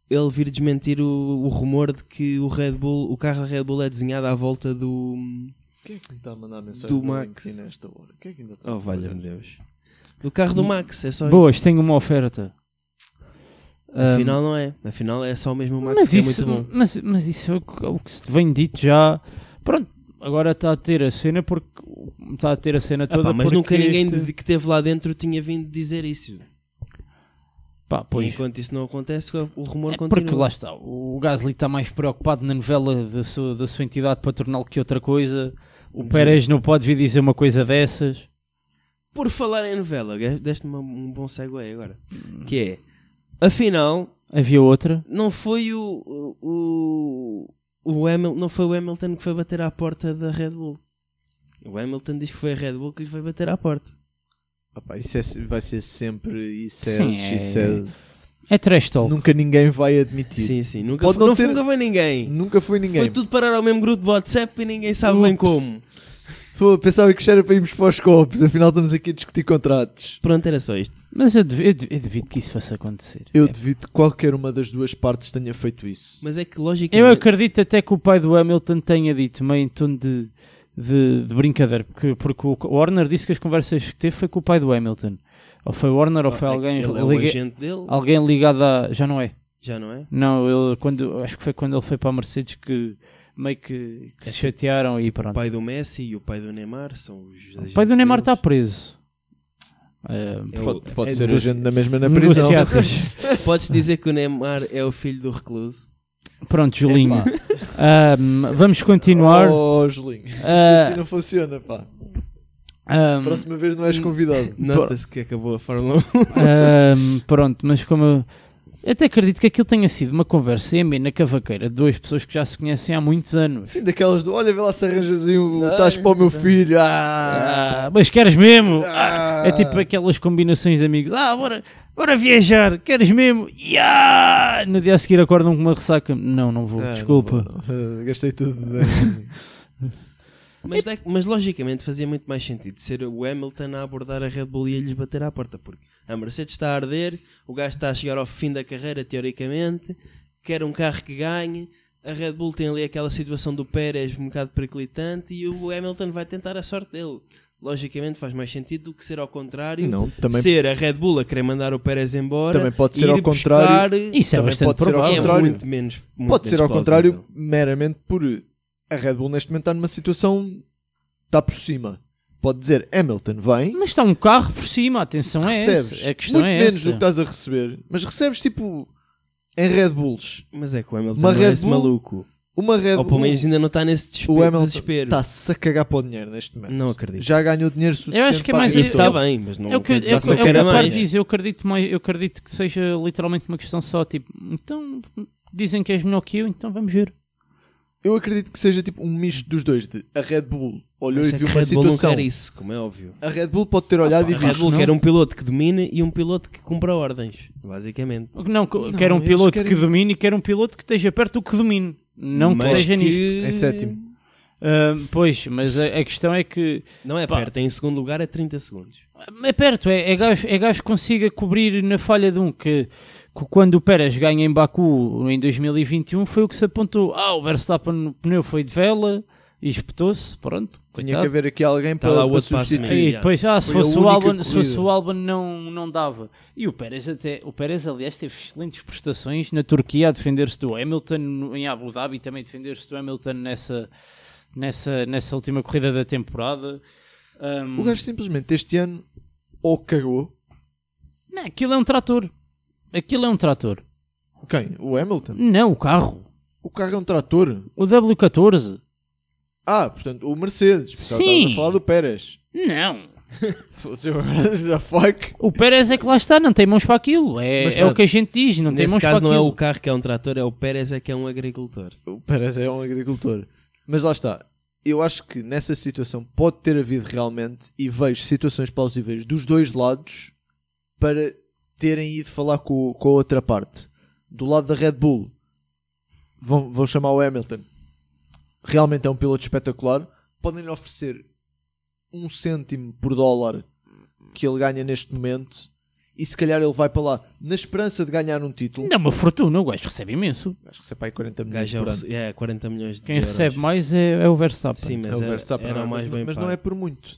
ele vir desmentir o, o rumor de que o Red Bull, o carro da Red Bull é desenhado à volta do.
Quem é que me está a mandar mensagem
Do
no
Max.
LinkedIn nesta hora? Quem é que ainda está a
Oh,
mandar?
valha-me Deus. Do carro do Max, é só
Boas,
isso.
tenho uma oferta. Ahm,
Afinal não é. Afinal é só mesmo o Max
um, mas,
que
isso,
é muito bom.
Mas, mas isso é o que- o que se vem dito já. Pronto, agora está a ter a cena porque está a ter a cena
Ah,
toda.
pá, mas
porque
nunca ninguém
este-
de- que esteve lá dentro tinha vindo dizer isso.
Pá, pois.
Enquanto isso não acontece, o rumor
É
continua.
porque lá está, o Gasly está mais preocupado na novela da sua, da sua entidade patronal que outra coisa.
Uhum.
O Pérez não pode vir dizer uma coisa dessas.
Por falar em novela, deste-me um bom segue agora.
Hum.
Que é, afinal,
Havia outra.
não foi o, o, o Hamilton, não foi o Hamilton que foi bater à porta da Red Bull. O Hamilton diz que foi a Red Bull que lhe foi bater à porta.
Ah pá, isso é- vai ser sempre isso é,
Sim, é-
isso é-
É trash talk.
Nunca ninguém vai
Tipo,
admitir.
Sim, sim. Nunca,
Pode
foi,
não
não foi-
ter-
nunca foi ninguém.
Nunca foi ninguém.
Foi tudo parar ao mesmo grupo de WhatsApp e ninguém sabe bem
Ups.
como.
Pô, pensava que isto era para irmos para os copos, afinal estamos aqui a discutir contratos.
Pronto, era só isto.
Mas eu, dev- eu dev- eu duvido que isso faça acontecer.
Eu
É.
devido que qualquer uma das duas partes tenha feito isso.
Mas é que logicamente.
Eu acredito até que o pai do Hamilton tenha dito, meio em tom de, de, de brincadeira, porque, porque o Warner disse que as conversas que teve foi com o pai do Hamilton. Ou foi o Warner ou foi
Ah,
alguém,
Ele é o
liga-
agente dele,
alguém ligado a. Já não é?
já não é?
Não, ele, quando, acho que foi quando ele foi para a Mercedes que meio que, que se chatearam e
É O
pronto.
pai do Messi e o pai do Neymar são os.
O pai do Neymar tá- está
deles.
preso. Ah,
É o-
Pode, pode
é
ser
negoci-
agente na mesma na prisão.
negociatas.
Podes dizer que o Neymar é o filho do recluso.
Pronto, Julinho.
Epá.
Ah, vamos continuar.
Oh, Julinho. Isto
Ah.
assim não funciona, pá.
Ah,
Próxima vez não és convidado.
Hum.
Nota-se que acabou a Fórmula 1.
Ahm, pronto, mas como eu, eu até acredito que aquilo tenha sido uma conversa em na cavaqueira de duas pessoas que já se conhecem há muitos anos.
Sim, daquelas do olha, vê lá se arranjas aí um
Ai,
estás para o meu
tá.
filho. Ah,
Ah, mas queres mesmo?
Ah.
É tipo aquelas combinações de amigos. Ah, bora, bora viajar, queres mesmo? Ya! No dia a seguir acordam com uma ressaca. Não, não vou,
Ah,
desculpa.
não vou. Ah, Gastei tudo.
Mas, dá- mas logicamente fazia muito mais sentido ser o Hamilton a abordar a Red Bull e a lhes bater à porta, porque a Mercedes está a arder, o gajo está a chegar ao fim da carreira, teoricamente, quer um carro que ganhe, a Red Bull tem ali aquela situação do Pérez um bocado periclitante e o Hamilton vai tentar a sorte dele. Logicamente faz mais sentido do que ser ao contrário.
Não, também,
Ser a Red Bull a querer mandar o Pérez embora
Também pode
e
ser
ir
ao contrário.
buscar-
Isso é
Também
bastante
pode ser ao
é
provável.
contrário.
muito menos muito
pode ser
menos
ao contrário,
plausível.
meramente por a Red Bull neste momento está numa situação está por cima. Pode dizer Hamilton vem,
Mas está um carro por cima, atenção é
recebes
essa. A questão
muito
é
menos
essa.
do que estás a receber, mas recebes tipo em Red Bulls.
Mas é que o Hamilton
Uma
não
Red
é esse
Bull-
maluco.
Uma Red
Ou pelo
Bull,
menos ainda não está nesse despe-
o Hamilton tá
desespero.
está-se a cagar para o dinheiro neste momento.
Não acredito.
Já ganhou dinheiro suficiente
Eu acho que é
para
mais-
Isso
isso.
eu-
está bem, mas não
É o que, é, o
quer
que-
dizer
é o
que só
que
quer
o
a
Paulo
mais.
diz, eu acredito, mais, eu acredito que seja literalmente uma questão só, tipo, então dizem que és melhor que eu, então vamos ver.
Eu acredito que seja tipo um misto dos dois. De a Red Bull olhou
Mas
e
é
viu
que
uma
Red Bull não
situação.
quer isso, como é óbvio.
A Red Bull pode ter olhado
A
e
Red
visto.
Bull
não.
quer um piloto que domine e um piloto que cumpra ordens, basicamente.
Não, que- quer um
eles
piloto
querem-
que domine e quer um piloto que esteja perto do que domine. Não que
Mas
esteja nisto.
Hum,
Em É sétimo.
Ah, pois, mas a, a questão é que
Não é
Pá.
perto, é em segundo lugar é 30 segundos.
é perto, é, é, gajo, é gajo que consiga cobrir na falha de um que, que quando o Pérez ganha em Baku em 2021 foi o que se apontou. Ah, o Verstappen no pneu foi de vela e espetou-se, pronto.
Tinha
coitado.
que haver aqui alguém
Tá
para,
lá o
para
outro passo
substituir.
meio.
E depois, ah, se
Foi a
fosse, o
única
Albon, se fosse
corrida.
o Albon não, não dava. E o Pérez até, o Pérez aliás teve excelentes prestações na Turquia a defender-se do Hamilton, no- em Abu Dhabi também defender-se do Hamilton nessa, nessa, nessa última corrida da temporada. Ahm,
O gajo simplesmente este ano ou cagou.
não, aquilo é um trator. Aquilo é um trator.
Quem? O Hamilton?
Não, o carro.
O carro é um trator.
O W14.
Ah, portanto, o Mercedes. Porque eu
Sim.
estava a falar do Pérez.
Não.
Se fosse o the fuck.
O Pérez é que lá está, não tem mãos para aquilo. É,
Mas
é o
pronto.
que a gente diz, não tem
Nesse
mãos
caso
para
não é
aquilo.
o carro que é um trator, é o Pérez é que é um agricultor.
O Pérez é um agricultor. Mas lá está. Eu acho que nessa situação pode ter havido realmente e vejo situações plausíveis dos dois lados para terem ido falar com, com a outra parte. Do lado da Red Bull, vão, vão chamar o Hamilton. Realmente é um piloto espetacular. Podem-lhe oferecer um cêntimo por dólar que ele ganha neste momento e se calhar ele vai para lá na esperança de ganhar um título.
Não, é uma fortuna, o gajo recebe imenso.
Acho que recebe aí 40
O
milhões
gajo é,
por ano.
o- é 40 milhões de
Quem
euros.
recebe mais é, é o Verstappen.
Sim, mas
É o
era-
Verstappen,
era,
não é?
o mais
mas,
bem
mas
pago.
não é por muito.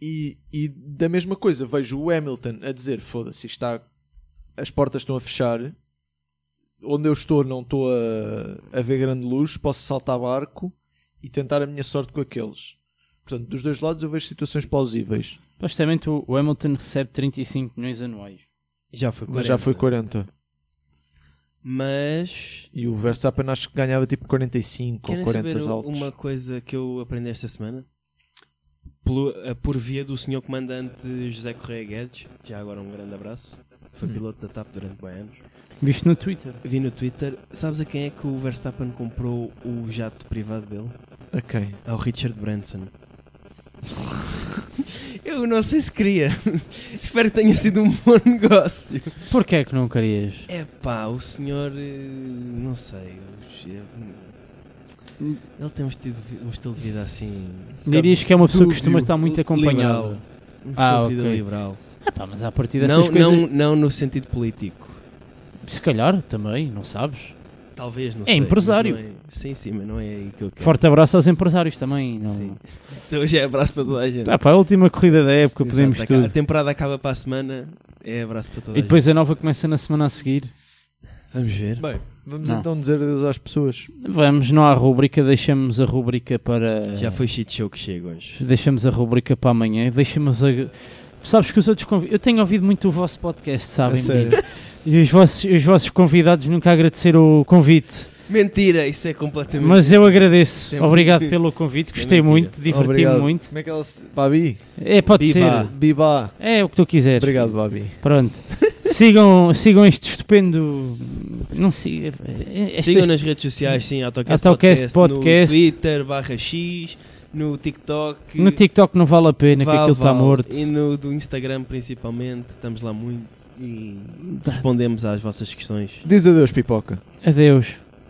E, e da mesma coisa, vejo o Hamilton a dizer: foda-se, isto está, as portas estão a fechar, onde eu estou não estou a, a ver grande luz, posso saltar barco e tentar a minha sorte com aqueles. Portanto, dos dois lados eu vejo situações plausíveis,
Supostamente o o Hamilton recebe 35 milhões anuais.
Já foi 40.
mas já foi 40.
Mas
E o Verstappen acho que ganhava tipo 45
Querem
ou 40
saber
altos.
uma coisa que eu aprendi esta semana? Pelo- eh, por via do senhor comandante José Correia Guedes, já agora um grande abraço. Foi
Hum.
piloto da TAP durante bem anos.
Visto no Twitter.
Vi no Twitter, sabes a quem é que o Verstappen comprou o jato privado dele?
Ok.
Ao Richard Branson. Eu não sei se queria. Espero que tenha sido um bom negócio.
Porquê é que não querias?
É pá, o senhor. eh, Não sei. os- eh, Ele tem um estilo de, vi- um estilo de vida assim.
Dirias que é uma pessoa que costuma
dúbio,
estar muito
li-
acompanhada.
liberal. Um estilo
Ah,
de vida
ok.
liberal.
Ah, pá, mas a partir dessas
Não,
coisas,
não, não no sentido político.
se calhar também, não sabes.
Talvez, não
É
sei. mas
empresário.
não é- sim, sim, mas não é aí que eu quero.
Forte abraço aos empresários também. Não...
Sim. Então hoje é abraço para toda a gente.
Tá, pá, a última corrida da época,
Exato,
podemos
aca- A
tudo.
temporada acaba para a semana. É abraço para toda
E
a
depois a nova começa na semana a seguir.
gente. Vamos ver.
Bem, vamos
Não.
então dizer adeus às pessoas.
Vamos, não há rúbrica, deixamos a rúbrica para.
Já foi shit show que chega hoje.
Deixamos a rúbrica para amanhã. Deixamos a. Sabes que os outros convidados. Eu tenho ouvido muito o vosso podcast, sabem?
A sério.
E os vossos, os vossos convidados nunca agradeceram o convite.
Mentira, isso é completamente.
Mas eu agradeço.
Sem
Obrigado
mentira.
pelo convite.
Sem
Gostei
mentira.
muito, diverti-me
Obrigado.
muito.
Como é que ela se... Babi?
É,
Biba.
pode ser.
Biba.
É o que tu quiseres.
Obrigado, Babi.
Pronto. sigam, sigam este estupendo. Não sigam. Este,
Sigam nas redes sociais, sim, AutoCast,
Autocast Podcast.
no Twitter, barra X, no TikTok.
No TikTok não vale a pena, que
Vá,
aquilo está
vá.
morto.
E no do Instagram principalmente, estamos lá muito e respondemos às vossas questões.
Diz adeus, pipoca.
Adeus.